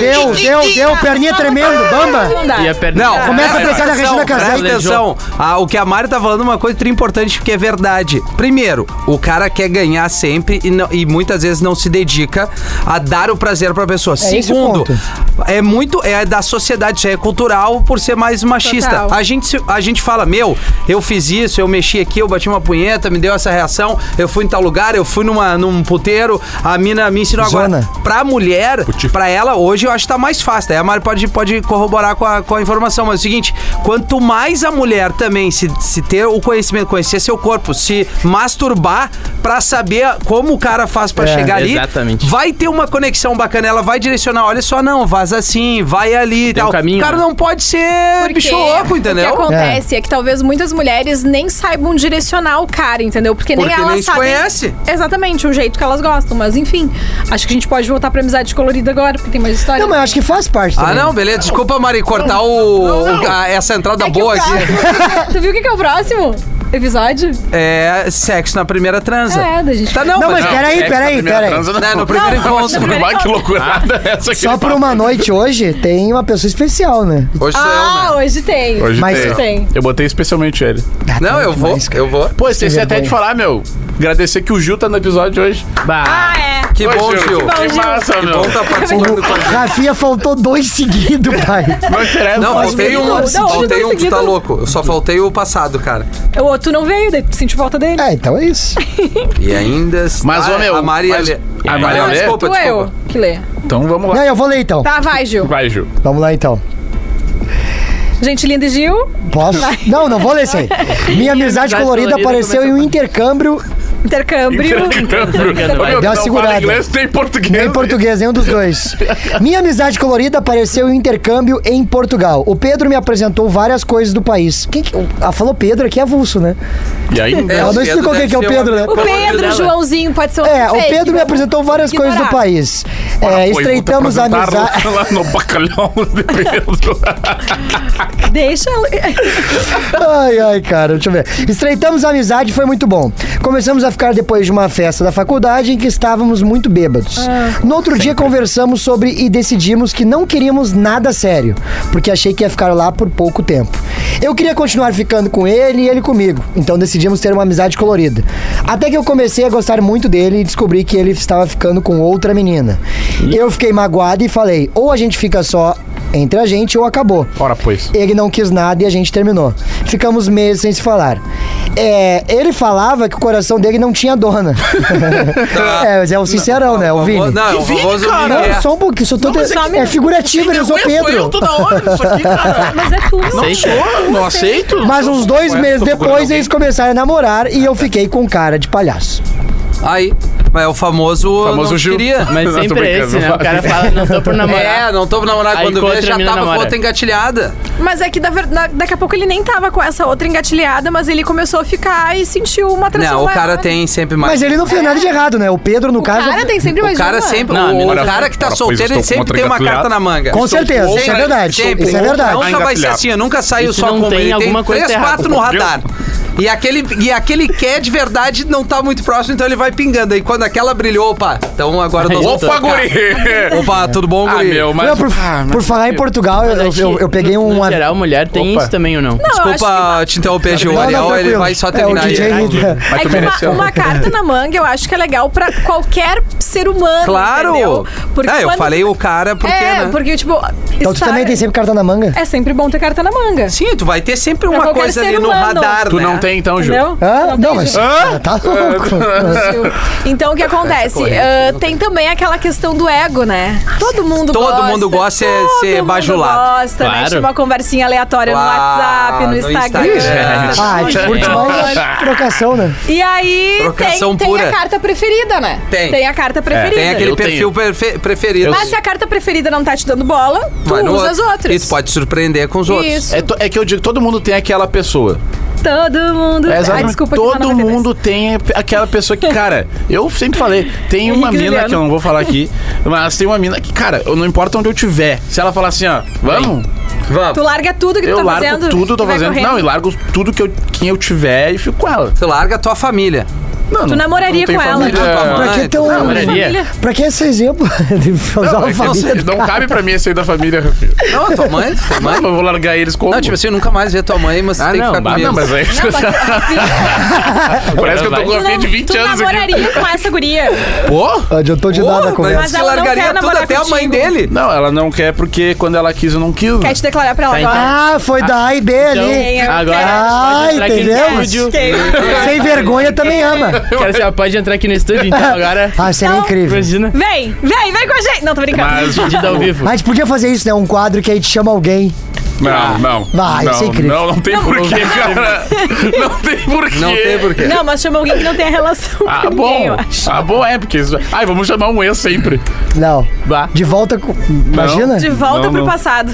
Speaker 4: Deu, deu, deu, perninha tremendo, bamba.
Speaker 5: Não dá.
Speaker 2: E a perna.
Speaker 1: Não,
Speaker 4: Começa a
Speaker 1: presta
Speaker 4: pensar na
Speaker 1: atenção,
Speaker 4: Regina Casé.
Speaker 1: Presta atenção. Ah, o que a Mari tá falando é uma coisa tri importante porque é verdade. Primeiro, o cara quer ganhar sempre e, não- e muitas vezes não se dedica a dar o prazer pra pessoa.
Speaker 4: esse o
Speaker 1: Segundo,
Speaker 4: ponto.
Speaker 1: é muito é da sociedade, isso aí é cultural por ser mais machista.
Speaker 5: Total.
Speaker 1: A gente se- a gente fala, meu, eu fiz isso, eu mexi aqui, eu bati uma punheta, me deu essa reação, eu fui em tal lugar, eu fui numa num puteiro, a mina me ensinou agora.
Speaker 4: Zona.
Speaker 1: Pra mulher, pra ela, hoje eu acho que tá mais fácil. Daí a Mari pode, pode corroborar com a, com a informação. Mas é o seguinte: quanto mais a mulher também se, se ter o conhecimento, conhecer seu corpo, se masturbar pra saber como o cara faz pra
Speaker 4: É,
Speaker 1: chegar ali,
Speaker 2: exatamente.
Speaker 1: vai ter uma conexão bacana. Ela vai direcionar: olha só, não, vaza assim, vai ali e
Speaker 2: Tem
Speaker 1: tal.
Speaker 2: um caminho,
Speaker 1: o cara
Speaker 2: né?
Speaker 1: não pode ser É,
Speaker 5: Porque
Speaker 1: bicho louco,
Speaker 5: O
Speaker 1: entendeu?
Speaker 5: que acontece é. que talvez muitas mulheres nem saibam direcionar o cara, entendeu? Porque,
Speaker 1: Porque
Speaker 5: nem elas
Speaker 1: nem se
Speaker 5: sabem
Speaker 1: conhece.
Speaker 5: exatamente o jeito que elas gostam. Mas enfim, acho que a gente pode voltar pra amizade colorida agora, porque tem mais história.
Speaker 4: Não, mas eu acho que faz parte.
Speaker 1: Ah,
Speaker 4: também.
Speaker 1: não, beleza. Desculpa, Mari, cortar o, o- a- essa entrada
Speaker 5: É que
Speaker 1: boa
Speaker 5: o
Speaker 1: aqui.
Speaker 5: próximo- tu viu o que que é o próximo episódio?
Speaker 1: É sexo na primeira transa.
Speaker 5: É, da gente-
Speaker 1: Tá, não,
Speaker 4: Não,
Speaker 1: mas.
Speaker 4: mas peraí, peraí,
Speaker 3: É, na primeira
Speaker 4: peraí.
Speaker 3: transa,
Speaker 1: Né, no primeiro
Speaker 5: Não,
Speaker 1: encontro.
Speaker 5: não, Ah,
Speaker 3: Vai, que loucurada essa que
Speaker 4: Só
Speaker 3: ele
Speaker 4: por
Speaker 3: fala.
Speaker 4: uma noite hoje tem uma pessoa especial, né?
Speaker 1: Hoje sou eu, né?
Speaker 5: ah, hoje tem.
Speaker 3: Hoje
Speaker 4: Mas-
Speaker 3: tem.
Speaker 5: Tem.
Speaker 3: Eu botei especialmente ele.
Speaker 4: Ah,
Speaker 1: né? Não,
Speaker 4: tá
Speaker 1: eu vou,
Speaker 4: demais, cara.
Speaker 1: eu vou.
Speaker 3: Pô, esqueci até
Speaker 4: vergonha.
Speaker 3: de falar, meu. Agradecer que o Gil tá no episódio hoje.
Speaker 2: Bah.
Speaker 5: Ah, é.
Speaker 1: Que
Speaker 3: Ô,
Speaker 1: bom, Gil.
Speaker 3: Que massa, meu.
Speaker 1: Bom tá participando com a gente.
Speaker 4: Rafinha faltou dois seguidos, pai.
Speaker 3: Não interessa.
Speaker 1: Não,
Speaker 3: Faz
Speaker 1: faltei
Speaker 5: seguido.
Speaker 1: um,
Speaker 5: Não, hoje
Speaker 1: faltei
Speaker 5: dois
Speaker 1: um, tu tá
Speaker 5: seguidos.
Speaker 1: louco. Eu só faltei o passado, cara.
Speaker 5: O outro não veio, daí tu sentiu falta dele.
Speaker 4: É, então é isso.
Speaker 1: E ainda está
Speaker 3: Mas, ô, meu,
Speaker 1: a Maria...
Speaker 3: mas-
Speaker 1: A
Speaker 3: a
Speaker 1: Maria,
Speaker 3: Maria
Speaker 5: Não,
Speaker 3: lê?
Speaker 1: desculpa,
Speaker 5: tu é eu
Speaker 1: desculpa.
Speaker 5: que lê.
Speaker 1: um.
Speaker 3: Então vamos lá.
Speaker 4: Não, eu vou ler então.
Speaker 5: Tá, vai, Gil.
Speaker 3: Vai, Gil.
Speaker 4: Vamos lá então.
Speaker 5: Gente linda e Gil.
Speaker 4: Posso? Não, não vou ler isso aí. Minha amizade colorida
Speaker 2: colorida
Speaker 4: apareceu em um
Speaker 2: começou-
Speaker 4: intercâmbrio
Speaker 5: Intercâmbio.
Speaker 3: Ô, meu,
Speaker 4: Deu uma
Speaker 3: não
Speaker 4: segurada.
Speaker 3: fala inglês, tem português.
Speaker 4: Nem português, nenhum dos dois. Minha amizade colorida apareceu em um intercâmbio em Portugal. O Pedro me apresentou várias coisas do país. Quem que... Ah, falou Pedro aqui é avulso, né?
Speaker 3: E aí?
Speaker 4: Ela não
Speaker 1: Pedro
Speaker 4: explicou
Speaker 1: deve
Speaker 4: quem que é o
Speaker 1: ser
Speaker 4: Pedro, né?
Speaker 5: O Pedro, o Joãozinho, pode ser um
Speaker 4: É, o
Speaker 5: fake,
Speaker 4: Pedro me
Speaker 5: vamos
Speaker 4: apresentou várias
Speaker 5: ignorar.
Speaker 4: coisas do país. É,
Speaker 3: Pô, eu vou te
Speaker 4: estreitamos a
Speaker 3: apresentar
Speaker 4: amizade.
Speaker 3: lá- Lá no bacalhau de Pedro.
Speaker 5: Deixa ela.
Speaker 4: Ai, ai, cara, deixa eu ver. Estreitamos a amizade, foi muito bom. Começamos a ficar depois de uma festa da faculdade em que estávamos muito bêbados. no outro dia conversamos sobre e decidimos que não queríamos nada sério, porque achei que ia ficar lá por pouco tempo. Eu queria continuar ficando com ele e ele comigo, então decidimos ter uma amizade colorida. Até que eu comecei a gostar muito dele e descobri que ele estava ficando com outra menina. Eu fiquei magoado e falei: ou a gente fica só entre a gente ou acabou.
Speaker 3: Ora, pois.
Speaker 4: Ele não quis nada e a gente terminou. Ficamos meses sem se falar. É, ele falava que o coração dele não tinha dona. é, mas é o sincerão, né? O Vini.
Speaker 1: Não, o
Speaker 3: Vini,
Speaker 1: famoso
Speaker 3: cara?
Speaker 1: Vini.
Speaker 4: Não,
Speaker 1: é.
Speaker 4: só um pouquinho. Só tô te-
Speaker 5: só um
Speaker 4: é
Speaker 5: minuto.
Speaker 4: figuratino, ele usou
Speaker 3: Vergonha sou eu
Speaker 4: Pedro.
Speaker 3: toda hora, isso aqui, cara.
Speaker 5: Mas é tudo.
Speaker 2: Sei que é.
Speaker 3: Pô, Não aceito.
Speaker 4: Mas uns dois
Speaker 3: Ué,
Speaker 4: meses
Speaker 3: tô procurando
Speaker 4: depois
Speaker 3: alguém.
Speaker 4: eles começaram a namorar e eu fiquei com cara de palhaço.
Speaker 1: Aí, mas é o famoso.
Speaker 3: Famoso
Speaker 1: não
Speaker 3: Gil.
Speaker 1: queria.
Speaker 2: Mas
Speaker 3: Não, tô
Speaker 2: sempre é
Speaker 3: brincando,
Speaker 2: esse, né?
Speaker 3: não assim.
Speaker 2: O cara fala, não tô por namorar.
Speaker 1: É, não tô namorado
Speaker 2: Aí
Speaker 1: quando
Speaker 2: encontra
Speaker 1: vê,
Speaker 2: a
Speaker 1: já
Speaker 2: mina
Speaker 1: tava com
Speaker 2: namora.
Speaker 1: outra engatilhada.
Speaker 5: Mas é que da ver- da- daqui a pouco ele nem tava com essa outra engatilhada, mas ele começou a ficar e sentiu uma atração.
Speaker 1: Não, o
Speaker 5: maior.
Speaker 1: cara tem sempre mais.
Speaker 4: Mas ele não fez nada de errado, né? O Pedro, no
Speaker 5: O
Speaker 4: caso.
Speaker 5: cara tem sempre mais
Speaker 1: O cara
Speaker 5: de uma.
Speaker 1: sempre.
Speaker 2: Não,
Speaker 1: o,
Speaker 3: olha,
Speaker 1: o cara que tá
Speaker 3: olha, pois,
Speaker 1: solteiro,
Speaker 3: estou
Speaker 1: ele sempre
Speaker 3: contra
Speaker 1: tem uma
Speaker 3: engatilhado.
Speaker 1: carta na manga.
Speaker 4: Com certeza, isso é
Speaker 1: Sempre,
Speaker 4: verdade.
Speaker 1: sempre.
Speaker 4: Isso é verdade.
Speaker 1: Nunca vai ser
Speaker 3: Engatilhado.
Speaker 1: assim, eu nunca saiu
Speaker 2: Isso
Speaker 1: só
Speaker 2: não
Speaker 1: com
Speaker 2: tem
Speaker 1: ele. Tem
Speaker 2: alguma coisa
Speaker 1: três,
Speaker 2: errada,
Speaker 1: quatro no
Speaker 3: meu Deus.
Speaker 1: radar. E aquele, e aquele que é de verdade não tá muito próximo, então ele vai pingando. E quando aquela brilhou, opa, então agora nós vamos
Speaker 3: Opa,
Speaker 1: trocar.
Speaker 3: guri!
Speaker 1: Opa, tudo bom,
Speaker 3: Ah,
Speaker 1: guri?
Speaker 3: meu, mas...
Speaker 4: Não, é por, por falar em Portugal, eu, eu, eu- eu peguei um.
Speaker 2: No geral, mulher tem
Speaker 3: Opa.
Speaker 2: isso também ou não?
Speaker 5: Não, eu acho que
Speaker 1: Desculpa te interromper, Gil.
Speaker 4: Não, não,
Speaker 1: Ariel, ele
Speaker 4: tranquilo.
Speaker 1: vai só
Speaker 4: É,
Speaker 1: terminar
Speaker 4: o
Speaker 1: aí.
Speaker 4: DJ
Speaker 3: Mas
Speaker 5: É
Speaker 3: tu
Speaker 5: que uma,
Speaker 3: mereceu.
Speaker 5: uma carta na manga eu acho que é legal pra qualquer ser humano.
Speaker 1: Claro!
Speaker 5: Entendeu?
Speaker 1: Ah, eu
Speaker 5: quando-
Speaker 1: falei o cara porque,
Speaker 5: É,
Speaker 1: né?
Speaker 5: porque, tipo.
Speaker 4: Então tu
Speaker 5: estar-
Speaker 4: também tem sempre cartão na manga?
Speaker 5: É sempre bom ter carta na manga.
Speaker 1: Sim, tu vai ter sempre
Speaker 5: Pra
Speaker 1: uma
Speaker 5: qualquer
Speaker 1: coisa
Speaker 5: ser
Speaker 1: ali no
Speaker 5: humano.
Speaker 1: radar,
Speaker 3: Tu
Speaker 1: né?
Speaker 3: não tem, então, Ju?
Speaker 5: Entendeu?
Speaker 4: Hã? Não,
Speaker 5: tem
Speaker 4: mas.
Speaker 5: jeito,
Speaker 4: Ah, Tá louco.
Speaker 5: Gil. Então, o que acontece? Ah, tem também aquela questão do ego, né? Todo mundo
Speaker 1: Todo
Speaker 5: gosta.
Speaker 1: mundo gosta de
Speaker 5: todo
Speaker 1: ser
Speaker 5: mundo
Speaker 1: bajulado.
Speaker 5: gosta, né?
Speaker 2: Claro.
Speaker 5: Tinha uma conversinha aleatória no
Speaker 1: Claro,
Speaker 5: WhatsApp, no
Speaker 1: no
Speaker 5: Instagram.
Speaker 1: Instagram.
Speaker 5: essas
Speaker 4: Ah, a gente
Speaker 5: coisas.
Speaker 4: curte mais a trocação, né?
Speaker 5: E aí
Speaker 1: Trocação
Speaker 5: tem, tem
Speaker 1: pura.
Speaker 5: a carta preferida, né?
Speaker 1: Tem.
Speaker 5: Tem a carta preferida.
Speaker 1: Tem aquele
Speaker 3: Eu tenho.
Speaker 1: perfil perfe- preferido.
Speaker 5: Mas se a carta preferida não tá te dando bola, tu
Speaker 1: Vai no
Speaker 5: usa as
Speaker 1: outro.
Speaker 5: outras.
Speaker 1: E tu pode surpreender com os outros.
Speaker 5: Isso.
Speaker 3: É, to- é que eu digo, todo mundo tem aquela pessoa.
Speaker 5: Todo mundo.
Speaker 3: É,
Speaker 5: Ai,
Speaker 3: exatamente.
Speaker 5: desculpa, que tá
Speaker 3: Todo
Speaker 5: 93.
Speaker 3: mundo tem aquela pessoa que, cara, eu sempre falei, tem uma
Speaker 5: Henrique
Speaker 3: mina
Speaker 5: Juliano.
Speaker 3: que eu não vou falar aqui, mas tem uma mina que, cara, eu não importa onde eu tiver. Se ela falar assim, ó, vamos,
Speaker 1: Vamos.
Speaker 5: Tu larga tudo que tu
Speaker 3: eu
Speaker 5: tá
Speaker 3: largo
Speaker 5: fazendo.
Speaker 3: tudo, eu tô
Speaker 5: e vai
Speaker 3: fazendo.
Speaker 5: correndo.
Speaker 3: Não, e largo tudo que eu, quem eu tiver e fico com ela.
Speaker 1: Tu larga a tua família.
Speaker 3: Não, não-
Speaker 5: namoraria
Speaker 3: não tem
Speaker 5: com ela.
Speaker 3: família.
Speaker 1: Ah,
Speaker 4: Pra que
Speaker 1: tu
Speaker 4: tão.
Speaker 3: namoraria.
Speaker 5: Família.
Speaker 4: Pra que esse exemplo? De usar uma
Speaker 3: Não, é que eu
Speaker 4: família
Speaker 3: sei,
Speaker 4: do
Speaker 3: não
Speaker 4: cara.
Speaker 3: cabe pra mim esse aí da família, filho.
Speaker 1: Não, a tua mãe, tua mãe.
Speaker 3: Eu vou largar eles como?
Speaker 1: Não, tipo assim, eu nunca mais ver tua mãe, mas tu
Speaker 2: Ah,
Speaker 1: tem que
Speaker 2: não,
Speaker 1: ficar
Speaker 2: bah,
Speaker 1: comigo.
Speaker 3: não, mas aí
Speaker 5: Não, mas-
Speaker 3: parece que eu tô
Speaker 2: Vai.
Speaker 3: com uma filha de
Speaker 5: tu
Speaker 3: 20 anos aqui.
Speaker 5: namoraria com essa guria.
Speaker 3: Pô?
Speaker 4: Adiantou de nada
Speaker 1: Porra,
Speaker 4: a
Speaker 1: mas
Speaker 4: conversa.
Speaker 1: se
Speaker 5: ela não quer
Speaker 1: largaria tudo
Speaker 5: namorar
Speaker 1: até a mãe
Speaker 5: contigo.
Speaker 1: dele.
Speaker 3: Não, ela não quer porque quando ela quis, eu não quis. né?
Speaker 5: Quer te declarar pra ela
Speaker 2: Tá, então.
Speaker 5: agora?
Speaker 4: Ah, foi da A e B
Speaker 3: Então,
Speaker 4: ali.
Speaker 5: Quem é-
Speaker 2: Agora.
Speaker 4: Ah,
Speaker 2: pode entrar aqui no
Speaker 4: entendemos.
Speaker 2: estúdio.
Speaker 4: Sem vergonha também ama.
Speaker 2: Quero assim, ó, pode entrar aqui no estúdio então agora.
Speaker 4: Ah, seria
Speaker 5: Não.
Speaker 4: incrível.
Speaker 2: Imagina.
Speaker 5: Vem, vem, vem com a gente. Não, tô brincando.
Speaker 3: Mas
Speaker 2: De dar ao vivo.
Speaker 4: A gente podia fazer isso, né? Um quadro que aí te chama alguém.
Speaker 3: Não, não.
Speaker 4: Vai,
Speaker 3: não,
Speaker 4: isso é incrível.
Speaker 3: Não, não tem porquê, cara. Não tem porquê.
Speaker 1: Não tem porquê.
Speaker 5: Não, mas chama alguém que não tenha relação
Speaker 3: Ah,
Speaker 5: com ninguém, eu
Speaker 3: bom.
Speaker 5: acho.
Speaker 3: Ah, bom, é, porque. isso- Ai, vamos chamar um ex sempre.
Speaker 4: Não.
Speaker 2: Bah.
Speaker 4: De volta com. Imagina?
Speaker 5: De volta
Speaker 3: Não,
Speaker 5: pro
Speaker 3: não.
Speaker 5: passado.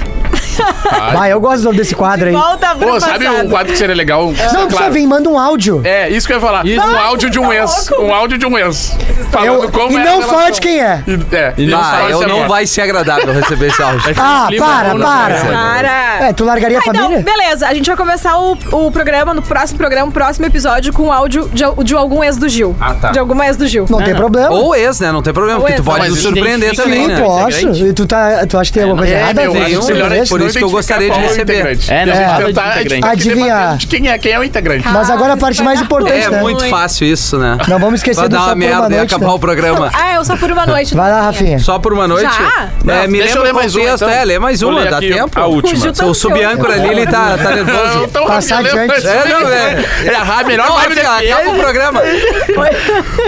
Speaker 4: Ah, eu gosto do nome desse quadro aí.
Speaker 5: Volta pro
Speaker 3: Pô,
Speaker 5: passado.
Speaker 3: sabe um quadro que seria legal?
Speaker 4: Não,
Speaker 3: claro.
Speaker 4: pessoal, vem, manda um áudio.
Speaker 3: É, isso que eu ia falar. Um áudio
Speaker 1: tá
Speaker 3: de um ex. Um áudio de um ex. Falando
Speaker 4: Eu-
Speaker 3: como
Speaker 4: e
Speaker 3: é a
Speaker 4: não
Speaker 3: relação.
Speaker 4: fala de quem é.
Speaker 3: E- é, e não
Speaker 1: Ah,
Speaker 3: fala
Speaker 1: eu
Speaker 3: se é
Speaker 1: não
Speaker 3: bom.
Speaker 1: vai ser agradável receber esse áudio.
Speaker 4: Ah,
Speaker 2: Clima
Speaker 4: para,
Speaker 2: bom, né?
Speaker 4: para.
Speaker 5: Para.
Speaker 4: É, tu largaria a
Speaker 5: Ah, então,
Speaker 4: família?
Speaker 5: beleza. A gente vai começar o, o programa, no próximo programa, no próximo episódio, com áudio de, de algum ex do Gil.
Speaker 3: Ah, tá.
Speaker 5: De alguma ex do Gil.
Speaker 4: Não tem problema.
Speaker 1: Ou ex, né? Não tem problema,
Speaker 5: Ou
Speaker 1: porque tu
Speaker 5: ex.
Speaker 1: pode
Speaker 3: Mas
Speaker 1: nos
Speaker 3: isso
Speaker 1: surpreender
Speaker 3: identifica
Speaker 1: também,
Speaker 4: Eu
Speaker 1: né?
Speaker 2: muito.
Speaker 4: posso.
Speaker 2: integrante.
Speaker 4: E tu, tá, tu acha que tem alguma coisa errada?
Speaker 3: É, meu,
Speaker 4: Vem,
Speaker 3: acho
Speaker 1: um
Speaker 4: vem,
Speaker 3: melhor é
Speaker 4: vem.
Speaker 1: por isso que eu
Speaker 3: identificar
Speaker 1: gostaria
Speaker 3: qual
Speaker 1: de
Speaker 3: é o
Speaker 1: receber. né?
Speaker 3: integrante.
Speaker 2: É, não
Speaker 3: E a gente
Speaker 2: fala de
Speaker 3: tentar
Speaker 2: integrante.
Speaker 4: Adivinhar.
Speaker 3: debater de Quem é, quem é o integrante?
Speaker 4: Mas agora a parte
Speaker 5: vai
Speaker 4: mais
Speaker 5: dar
Speaker 4: importante,
Speaker 1: É
Speaker 5: ruim.
Speaker 4: né?
Speaker 1: muito fácil isso, né?
Speaker 4: Não vamos esquecer
Speaker 1: Vai
Speaker 4: do
Speaker 1: dar
Speaker 4: só
Speaker 1: uma
Speaker 4: por uma
Speaker 1: merda e
Speaker 4: noite,
Speaker 1: acabar
Speaker 4: né?
Speaker 1: o programa.
Speaker 5: Ah, eu só por uma noite.
Speaker 4: Vai lá, Rafinha.
Speaker 1: Só por uma noite?
Speaker 5: Já?
Speaker 1: É, me
Speaker 3: Deixa
Speaker 1: lembra
Speaker 3: eu ler
Speaker 1: o
Speaker 3: mais
Speaker 1: contexto,
Speaker 3: uma, então.
Speaker 1: é, lê mais uma,
Speaker 3: Vou ler
Speaker 1: dá
Speaker 3: aqui
Speaker 1: tempo?
Speaker 3: a
Speaker 5: O Gil
Speaker 3: última.
Speaker 5: tá
Speaker 1: O
Speaker 5: ansioso.
Speaker 1: sub-âncora ali, ele tá, tá nervoso.
Speaker 3: Então,
Speaker 4: Passar
Speaker 3: Rafinha, lembra
Speaker 4: adiante.
Speaker 3: disso
Speaker 1: É,
Speaker 3: aí?
Speaker 1: não, é.
Speaker 3: É a melhor
Speaker 1: Não,
Speaker 3: vibe
Speaker 1: fica,
Speaker 3: da
Speaker 1: acaba o programa.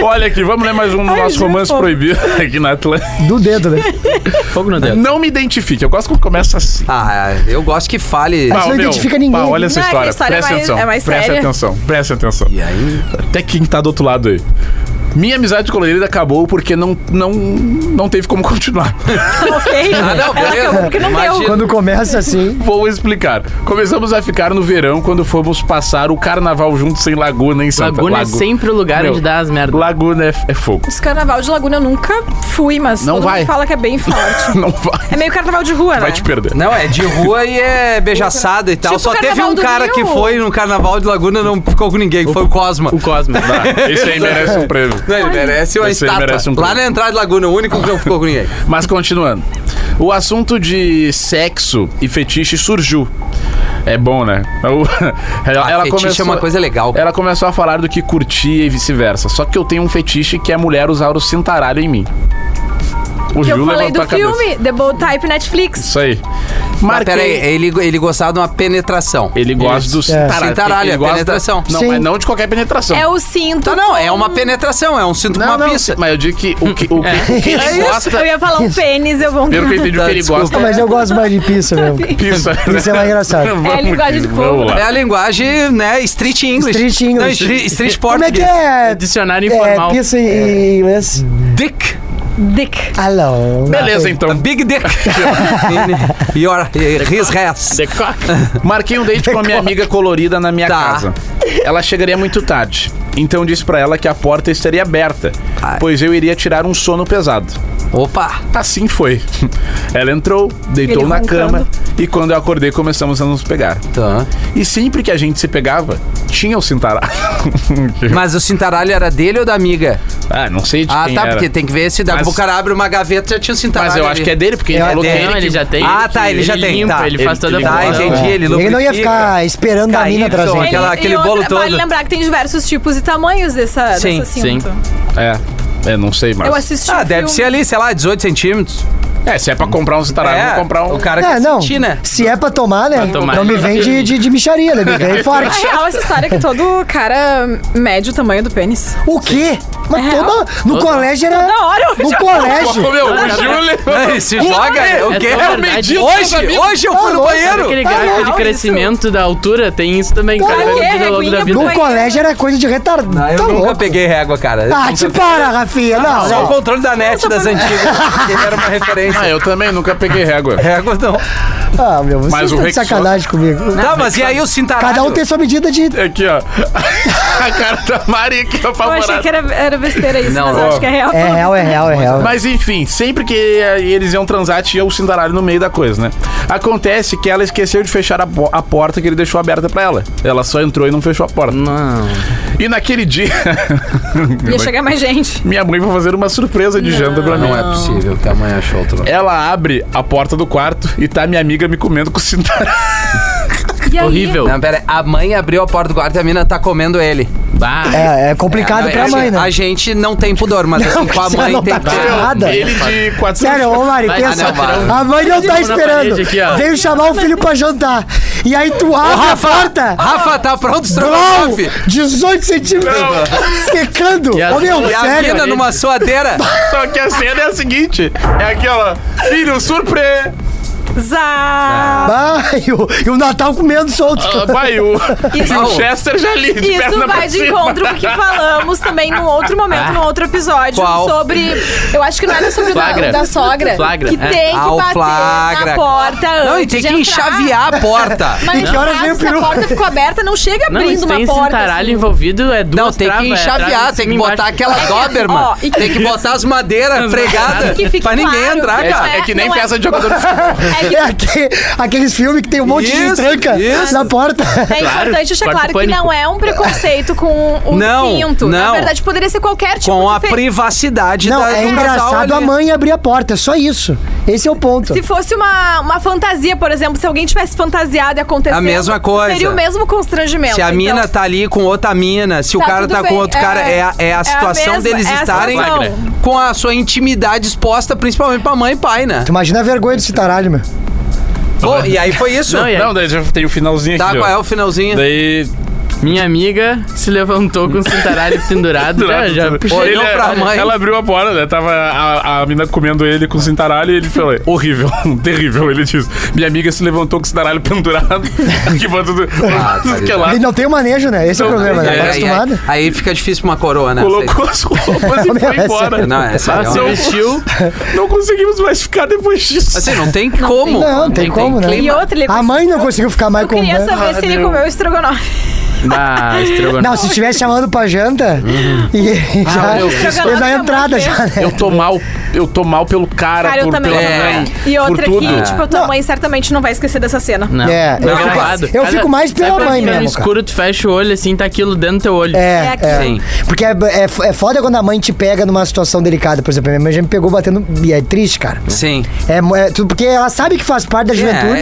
Speaker 3: Olha aqui, vamos ler mais um do
Speaker 5: Ai,
Speaker 3: nosso
Speaker 5: Gil,
Speaker 3: romance
Speaker 5: pô.
Speaker 3: proibido aqui na Atlântica.
Speaker 4: Do dedo, né?
Speaker 2: Fogo no dedo.
Speaker 3: Não me identifique, eu gosto quando começa assim.
Speaker 1: Ah, eu gosto que fale.
Speaker 3: Pau,
Speaker 4: não
Speaker 3: meu.
Speaker 4: identifica ninguém.
Speaker 3: Pau, olha essa
Speaker 5: Não, é que a
Speaker 3: história.
Speaker 5: história é
Speaker 3: Presta
Speaker 5: mais-
Speaker 3: atenção.
Speaker 5: é mais
Speaker 3: Presta
Speaker 5: séria.
Speaker 3: atenção. Presta atenção.
Speaker 1: E aí?
Speaker 3: Até quem tá do outro lado aí. Minha amizade colorida acabou porque não, não, não teve como continuar.
Speaker 5: ok?
Speaker 1: Ah, não,
Speaker 5: Ela
Speaker 1: beleza.
Speaker 5: acabou porque não
Speaker 1: Imagina.
Speaker 5: deu.
Speaker 4: Quando começa assim.
Speaker 3: Vou explicar. Começamos a ficar no verão quando fomos passar o carnaval juntos em Laguna, em Santa
Speaker 2: Laguna é
Speaker 3: tá Lago-
Speaker 2: sempre o lugar
Speaker 3: Meu,
Speaker 2: onde dá as merdas.
Speaker 3: Laguna é, é fogo.
Speaker 5: Esse carnaval de Laguna eu nunca fui, mas
Speaker 3: Não
Speaker 5: todo
Speaker 3: vai.
Speaker 5: mundo fala que é bem forte.
Speaker 3: Não vai,
Speaker 5: é meio carnaval de rua, né?
Speaker 3: vai te perder.
Speaker 1: Não, é de rua e é beijaçada e tal.
Speaker 5: Tipo
Speaker 1: Só teve
Speaker 5: Carnaval
Speaker 1: um
Speaker 5: do
Speaker 1: cara
Speaker 5: Rio.
Speaker 1: que foi no carnaval de Laguna e não ficou com ninguém, que foi o Cosma.
Speaker 2: O Cosmo.
Speaker 3: Esse aí merece um prêmio.
Speaker 1: Não, ele merece uma
Speaker 3: Esse aí
Speaker 1: estátua.
Speaker 3: merece um
Speaker 1: Lá
Speaker 3: prêmio.
Speaker 1: na entrada de Laguna, o único que não ficou com ninguém.
Speaker 3: Mas continuando. O assunto de sexo e fetiche surgiu. É bom, né? O- ela, ela
Speaker 1: fetiche é uma coisa legal.
Speaker 3: Ela começou a falar do que curtia e vice-versa. Só que eu tenho um fetiche que é a mulher usar o cintaralho em mim. O
Speaker 5: Que eu
Speaker 3: Ju
Speaker 5: falei
Speaker 3: levantou
Speaker 5: do
Speaker 3: a cabeça.
Speaker 5: filme, The Bold Type Netflix.
Speaker 3: Isso aí.
Speaker 1: Mas
Speaker 3: Marquei.
Speaker 1: peraí, ele, ele gostava de uma penetração.
Speaker 3: Ele gosta do cintaralho.
Speaker 1: Cintaralho,
Speaker 3: Ele
Speaker 1: é
Speaker 3: gosta-
Speaker 1: penetração.
Speaker 3: Não,
Speaker 4: Sim.
Speaker 3: mas não de qualquer penetração.
Speaker 5: É o cinto.
Speaker 1: Então não, é uma penetração, é um cinto com
Speaker 3: Não,
Speaker 1: uma
Speaker 3: não,
Speaker 1: pista.
Speaker 3: Mas eu digo que o que, o que, o que ele
Speaker 5: É Eu
Speaker 3: gosta...
Speaker 5: ia falar um pênis, eu vou.
Speaker 3: Pelo que eu entendi, o que ele
Speaker 1: Desculpa.
Speaker 3: gosta é
Speaker 4: Ah, Mas eu gosto mais de pizza mesmo.
Speaker 3: Pizza. né?
Speaker 4: Pizza é mais engraçado. É a
Speaker 3: Vamos,
Speaker 5: linguagem do povo.
Speaker 3: vamos lá.
Speaker 1: É a linguagem, né, street English.
Speaker 4: Street English.
Speaker 1: Não, street, street
Speaker 4: Como é que
Speaker 1: português.
Speaker 4: é?
Speaker 2: Dicionário
Speaker 4: É,
Speaker 2: informal.
Speaker 4: pizza em inglês.
Speaker 1: Dick.
Speaker 5: Dick.
Speaker 4: Alô.
Speaker 3: Beleza,
Speaker 1: A
Speaker 3: então.
Speaker 1: big dick. In Your, his ass.
Speaker 3: The cock. Marquei um date com a minha amiga colorida na minha
Speaker 1: Tá.
Speaker 3: casa. Ela chegaria muito tarde. Então disse pra ela que a porta estaria aberta,
Speaker 1: Ai.
Speaker 3: pois eu iria tirar um sono pesado.
Speaker 1: Opa.
Speaker 3: Assim foi. Ela entrou, deitou
Speaker 5: Ele
Speaker 3: na
Speaker 5: roncando.
Speaker 3: cama e quando eu acordei começamos a nos pegar.
Speaker 1: Tá.
Speaker 3: E sempre que a gente se pegava, tinha o cintaralho.
Speaker 1: Mas o cintaralho era dele ou da amiga?
Speaker 3: ah, não sei de
Speaker 1: Ah,
Speaker 3: quem
Speaker 1: tá,
Speaker 3: era.
Speaker 1: porque tem que ver se dá
Speaker 3: Mas-
Speaker 1: o cara abre uma gaveta já tinha o cintaralho.
Speaker 3: Mas eu acho
Speaker 1: ali.
Speaker 3: que é dele, porque ele
Speaker 4: É
Speaker 3: falou
Speaker 1: dele.
Speaker 3: que
Speaker 2: Não, ele já tem.
Speaker 1: Ah, tá, ele já tem,
Speaker 2: limpa,
Speaker 1: tá.
Speaker 2: Ele faz toda a
Speaker 1: Tá,
Speaker 2: função.
Speaker 1: entendi, ele
Speaker 4: Ele não ia
Speaker 1: lubrifica.
Speaker 4: ficar esperando a mina
Speaker 1: Calypso,
Speaker 4: trazer.
Speaker 1: aquela- aquele
Speaker 5: e
Speaker 1: bolo
Speaker 5: Vale
Speaker 1: todo.
Speaker 5: lembrar que tem diversos tipos e tamanhos dessa,
Speaker 1: Sim,
Speaker 5: dessa
Speaker 2: sim.
Speaker 5: cinto.
Speaker 3: É, é, não sei mais.
Speaker 5: Eu assisti
Speaker 1: Ah,
Speaker 5: um
Speaker 1: deve
Speaker 5: filme.
Speaker 1: ser ali, sei lá, 18 centímetros.
Speaker 3: É, se é pra comprar um cintaralho,
Speaker 1: é,
Speaker 3: vamos comprar um.
Speaker 1: o cara
Speaker 4: É,
Speaker 1: que
Speaker 4: não.
Speaker 1: sentir, né?
Speaker 4: Se é pra tomar, né?
Speaker 2: tomar.
Speaker 4: Não me vem de, de, de micharia, né? Me vem
Speaker 5: A
Speaker 4: forte.
Speaker 5: real, essa história é que todo cara mede o tamanho do pênis.
Speaker 4: O quê? Mas
Speaker 5: É
Speaker 4: toda. No colégio era.
Speaker 5: Toda hora eu
Speaker 4: No
Speaker 5: já-
Speaker 3: Ô,
Speaker 4: colégio.
Speaker 3: meu, o Júlio.
Speaker 1: Ei, Se joga, né? o
Speaker 2: É
Speaker 1: quê?
Speaker 2: tão
Speaker 1: Eu
Speaker 2: verdade.
Speaker 1: medi Hoje, hoje eu fui no banheiro.
Speaker 2: Aquele
Speaker 5: real
Speaker 2: gráfico de
Speaker 5: isso?
Speaker 2: crescimento da altura tem isso também,
Speaker 4: Tá
Speaker 2: cara.
Speaker 4: louco.
Speaker 2: Vai mudando ao longo da vida.
Speaker 5: Não,
Speaker 4: No colégio era coisa de retardado.
Speaker 1: Ah, eu
Speaker 4: Tá
Speaker 1: nunca
Speaker 4: louco. tá
Speaker 1: peguei régua, cara. Eu
Speaker 4: Ah,
Speaker 1: nunca-
Speaker 4: te para, Rafinha. Não.
Speaker 1: Só o
Speaker 4: não.
Speaker 1: controle da net das antigas. que era uma
Speaker 3: Ah,
Speaker 1: referência.
Speaker 3: eu também nunca peguei régua.
Speaker 4: um
Speaker 1: Régua não.
Speaker 4: Ah, meu, vocês
Speaker 3: Mas o
Speaker 4: estão de
Speaker 3: Rick
Speaker 4: sacanagem comigo.
Speaker 1: Tá, mas e aí o cintaralho?
Speaker 4: Cada um tem sua medida de.
Speaker 3: Aqui, ó. A cara da Mari aqui,
Speaker 5: Eu achei
Speaker 3: apavorada.
Speaker 5: que era, era besteira isso,
Speaker 1: Não,
Speaker 5: mas
Speaker 1: ó.
Speaker 5: eu acho que é real.
Speaker 4: É real, é real, é real.
Speaker 3: Mas enfim, sempre que eh, eles iam transar, tinha o cintaralho no meio da coisa, né? Acontece que ela esqueceu de fechar a, po- a porta que ele deixou aberta pra ela. Ela só entrou e não fechou a porta.
Speaker 2: Não.
Speaker 3: E naquele dia,
Speaker 5: Ia chegar mais gente.
Speaker 3: minha mãe foi fazer uma surpresa de janta pra mim.
Speaker 1: Não é possível que amanhã achou outro.
Speaker 3: Ela abre a porta do quarto e tá minha amiga me comendo com o cintaralho.
Speaker 5: E aí,
Speaker 2: Horrível.
Speaker 1: Não, pera, aí, a mãe abriu a porta do quarto e a mina tá comendo ele.
Speaker 2: Bah.
Speaker 4: É, é complicado
Speaker 1: Não, é
Speaker 4: pra
Speaker 1: assim,
Speaker 4: mãe, né?
Speaker 1: A gente não tem pudor, mas assim, com a
Speaker 4: você
Speaker 1: mãe
Speaker 4: não
Speaker 1: tem
Speaker 4: tá
Speaker 1: que ter.
Speaker 4: errado. Nada.
Speaker 3: Ele de 400
Speaker 4: Sério, ô Mari,
Speaker 2: Vai,
Speaker 4: pensa.
Speaker 1: vai, vai.
Speaker 4: A mãe não tá
Speaker 2: na
Speaker 4: esperando.
Speaker 2: parede aqui, ó.
Speaker 4: Veio chamar o filho pra jantar. E aí tu abre a porta.
Speaker 1: Rafa, tá pronto,
Speaker 4: Blau!
Speaker 1: estrogonofe?
Speaker 4: 18 centímetros secando!
Speaker 2: E a-
Speaker 4: Ô meu,
Speaker 1: E a
Speaker 4: sério!
Speaker 1: mina numa suadeira?
Speaker 3: Só que a cena é a seguinte: é aquela. Filho, surpresa!
Speaker 5: Zá.
Speaker 4: Ah, e, o, e o Natal comendo solto.
Speaker 3: Ah, Vai, o,
Speaker 5: Isso-
Speaker 3: o Chester já ali, de perna
Speaker 5: Isso
Speaker 3: pra
Speaker 5: vai de
Speaker 3: cima.
Speaker 5: encontro com o que falamos também num outro momento, num outro episódio.
Speaker 1: Ah, Qual?
Speaker 5: Sobre. Eu acho que não era sobre o da,
Speaker 2: Flagra.
Speaker 5: o da sogra.
Speaker 2: Flagra,
Speaker 5: Que
Speaker 2: é.
Speaker 5: tem que
Speaker 1: Ah, o
Speaker 5: bater
Speaker 1: flagra.
Speaker 5: na porta antes.
Speaker 1: Não, e tem
Speaker 5: de
Speaker 1: que
Speaker 5: entrar.
Speaker 1: enxaviar a porta.
Speaker 5: Mas
Speaker 4: E que horas
Speaker 5: no
Speaker 4: vem o
Speaker 5: caso, se a
Speaker 4: peru?
Speaker 5: porta ficou aberta, não chega
Speaker 2: Não,
Speaker 5: abrindo
Speaker 2: se
Speaker 5: uma
Speaker 2: tem
Speaker 5: porta.
Speaker 2: cintaralho
Speaker 5: assim.
Speaker 2: envolvido, é duas
Speaker 1: Não, tem
Speaker 2: travas,
Speaker 1: que
Speaker 2: é atrás,
Speaker 1: enxaviar,
Speaker 2: em
Speaker 1: tem que
Speaker 2: cima,
Speaker 1: botar
Speaker 2: embaixo.
Speaker 1: aquela
Speaker 5: ó,
Speaker 1: Doberman.
Speaker 5: e É que-
Speaker 1: Tem que botar as madeiras pregadas
Speaker 5: que fique
Speaker 1: pra ninguém
Speaker 5: claro
Speaker 1: entrar,
Speaker 5: que
Speaker 1: cara.
Speaker 3: É que nem
Speaker 5: Não é.
Speaker 3: festa de jogador de futebol.
Speaker 5: É que
Speaker 4: É aque- aqueles filmes que tem um monte
Speaker 1: Isso,
Speaker 4: de tranca
Speaker 1: isso.
Speaker 4: na porta.
Speaker 5: É
Speaker 2: Claro,
Speaker 5: importante deixar
Speaker 2: quarto
Speaker 5: claro que
Speaker 2: pânico.
Speaker 5: não é um preconceito com o
Speaker 1: Não,
Speaker 5: cinto. Na
Speaker 1: não.
Speaker 5: verdade, poderia ser qualquer tipo
Speaker 1: Com
Speaker 5: de
Speaker 1: a
Speaker 5: fe-
Speaker 1: privacidade
Speaker 4: Não,
Speaker 1: da
Speaker 4: é
Speaker 1: do um casal
Speaker 4: engraçado
Speaker 1: ali.
Speaker 4: a mãe abrir a porta, é só isso. Esse é o ponto.
Speaker 5: Se fosse uma, uma fantasia, por exemplo, se alguém tivesse fantasiado e acontecendo...
Speaker 1: A mesma coisa.
Speaker 5: Seria o mesmo constrangimento.
Speaker 1: Se a
Speaker 5: Então,
Speaker 1: mina tá ali com outra mina, se o
Speaker 5: Tá
Speaker 1: cara
Speaker 5: tudo
Speaker 1: tá com
Speaker 5: bem,
Speaker 1: outro cara,
Speaker 5: é-
Speaker 1: é a, é a
Speaker 5: é a
Speaker 1: situação
Speaker 5: mesma-
Speaker 1: deles
Speaker 5: é a
Speaker 1: estarem
Speaker 5: situação.
Speaker 1: com a sua intimidade exposta, principalmente pra mãe e pai, né?
Speaker 4: Tu imagina a vergonha desse taralho, meu.
Speaker 3: Então,
Speaker 1: Bom, e aí foi isso.
Speaker 3: é.
Speaker 2: Não, e aí?
Speaker 3: Não, daí já tem o finalzinho
Speaker 1: Tá,
Speaker 3: aqui. ó.
Speaker 1: qual é o finalzinho?
Speaker 3: Daí
Speaker 2: Minha amiga se levantou com o cintaralho pendurado.
Speaker 3: É,
Speaker 2: já, já puxei.
Speaker 1: Olhou pra mãe.
Speaker 3: Ela abriu a porta, né? Tava a, a mina comendo ele com cintaralho e ele falou: horrível, terrível. Ele disse: Minha amiga se levantou com o cintaralho pendurado. que bota do.
Speaker 1: tá
Speaker 3: que lá.
Speaker 4: Ele não tem o manejo, né? Esse é o
Speaker 3: Não,
Speaker 4: problema, né?
Speaker 3: é,
Speaker 4: Tá
Speaker 3: é,
Speaker 4: acostumado.
Speaker 1: aí fica difícil uma corona. né?
Speaker 3: Colocou as roupas e foi
Speaker 4: Não,
Speaker 3: embora.
Speaker 4: essa-
Speaker 1: Não, essa
Speaker 2: Ah,
Speaker 1: é
Speaker 2: se
Speaker 3: é Não.
Speaker 2: vestiu.
Speaker 3: Não conseguimos mais ficar depois disso.
Speaker 1: Assim, não tem como.
Speaker 4: Não, tem como, né?
Speaker 5: E
Speaker 1: clima.
Speaker 5: outra, ele
Speaker 4: A mãe não conseguiu ficar mais
Speaker 5: Eu
Speaker 4: com o
Speaker 5: queria
Speaker 4: Ban.
Speaker 5: saber se ele comeu estrogonofe.
Speaker 2: Ah,
Speaker 4: Não,
Speaker 2: estrogonofe.
Speaker 4: se tivesse chamando pra janta,
Speaker 2: Ah,
Speaker 4: e já,
Speaker 1: eu fiz-
Speaker 4: ele na entrada já, né?
Speaker 3: Eu tô mal, eu tô mal pelo cara,
Speaker 5: Cara, eu
Speaker 3: por,
Speaker 5: também.
Speaker 3: pela
Speaker 1: é.
Speaker 3: mãe,
Speaker 5: E
Speaker 3: por
Speaker 5: outra
Speaker 3: tudo.
Speaker 5: que, tipo, a tua
Speaker 4: Não.
Speaker 5: mãe certamente não vai esquecer dessa cena.
Speaker 2: Não.
Speaker 4: É, eu
Speaker 2: é
Speaker 4: fico-
Speaker 2: errado.
Speaker 4: eu fico mais pela
Speaker 2: sabe quando
Speaker 4: mãe
Speaker 2: tá
Speaker 4: mesmo,
Speaker 2: No escuro, tu fecha o olho assim, tá aquilo dentro do teu olho.
Speaker 4: É,
Speaker 5: É,
Speaker 4: é.
Speaker 1: Sim.
Speaker 4: Porque é, é, f- é foda quando a mãe te pega numa situação delicada. Por exemplo, a minha mãe já me pegou batendo. E é triste, cara.
Speaker 1: Sim.
Speaker 4: É, mo- é tu- porque ela sabe que faz
Speaker 1: É,
Speaker 4: parte da juventude.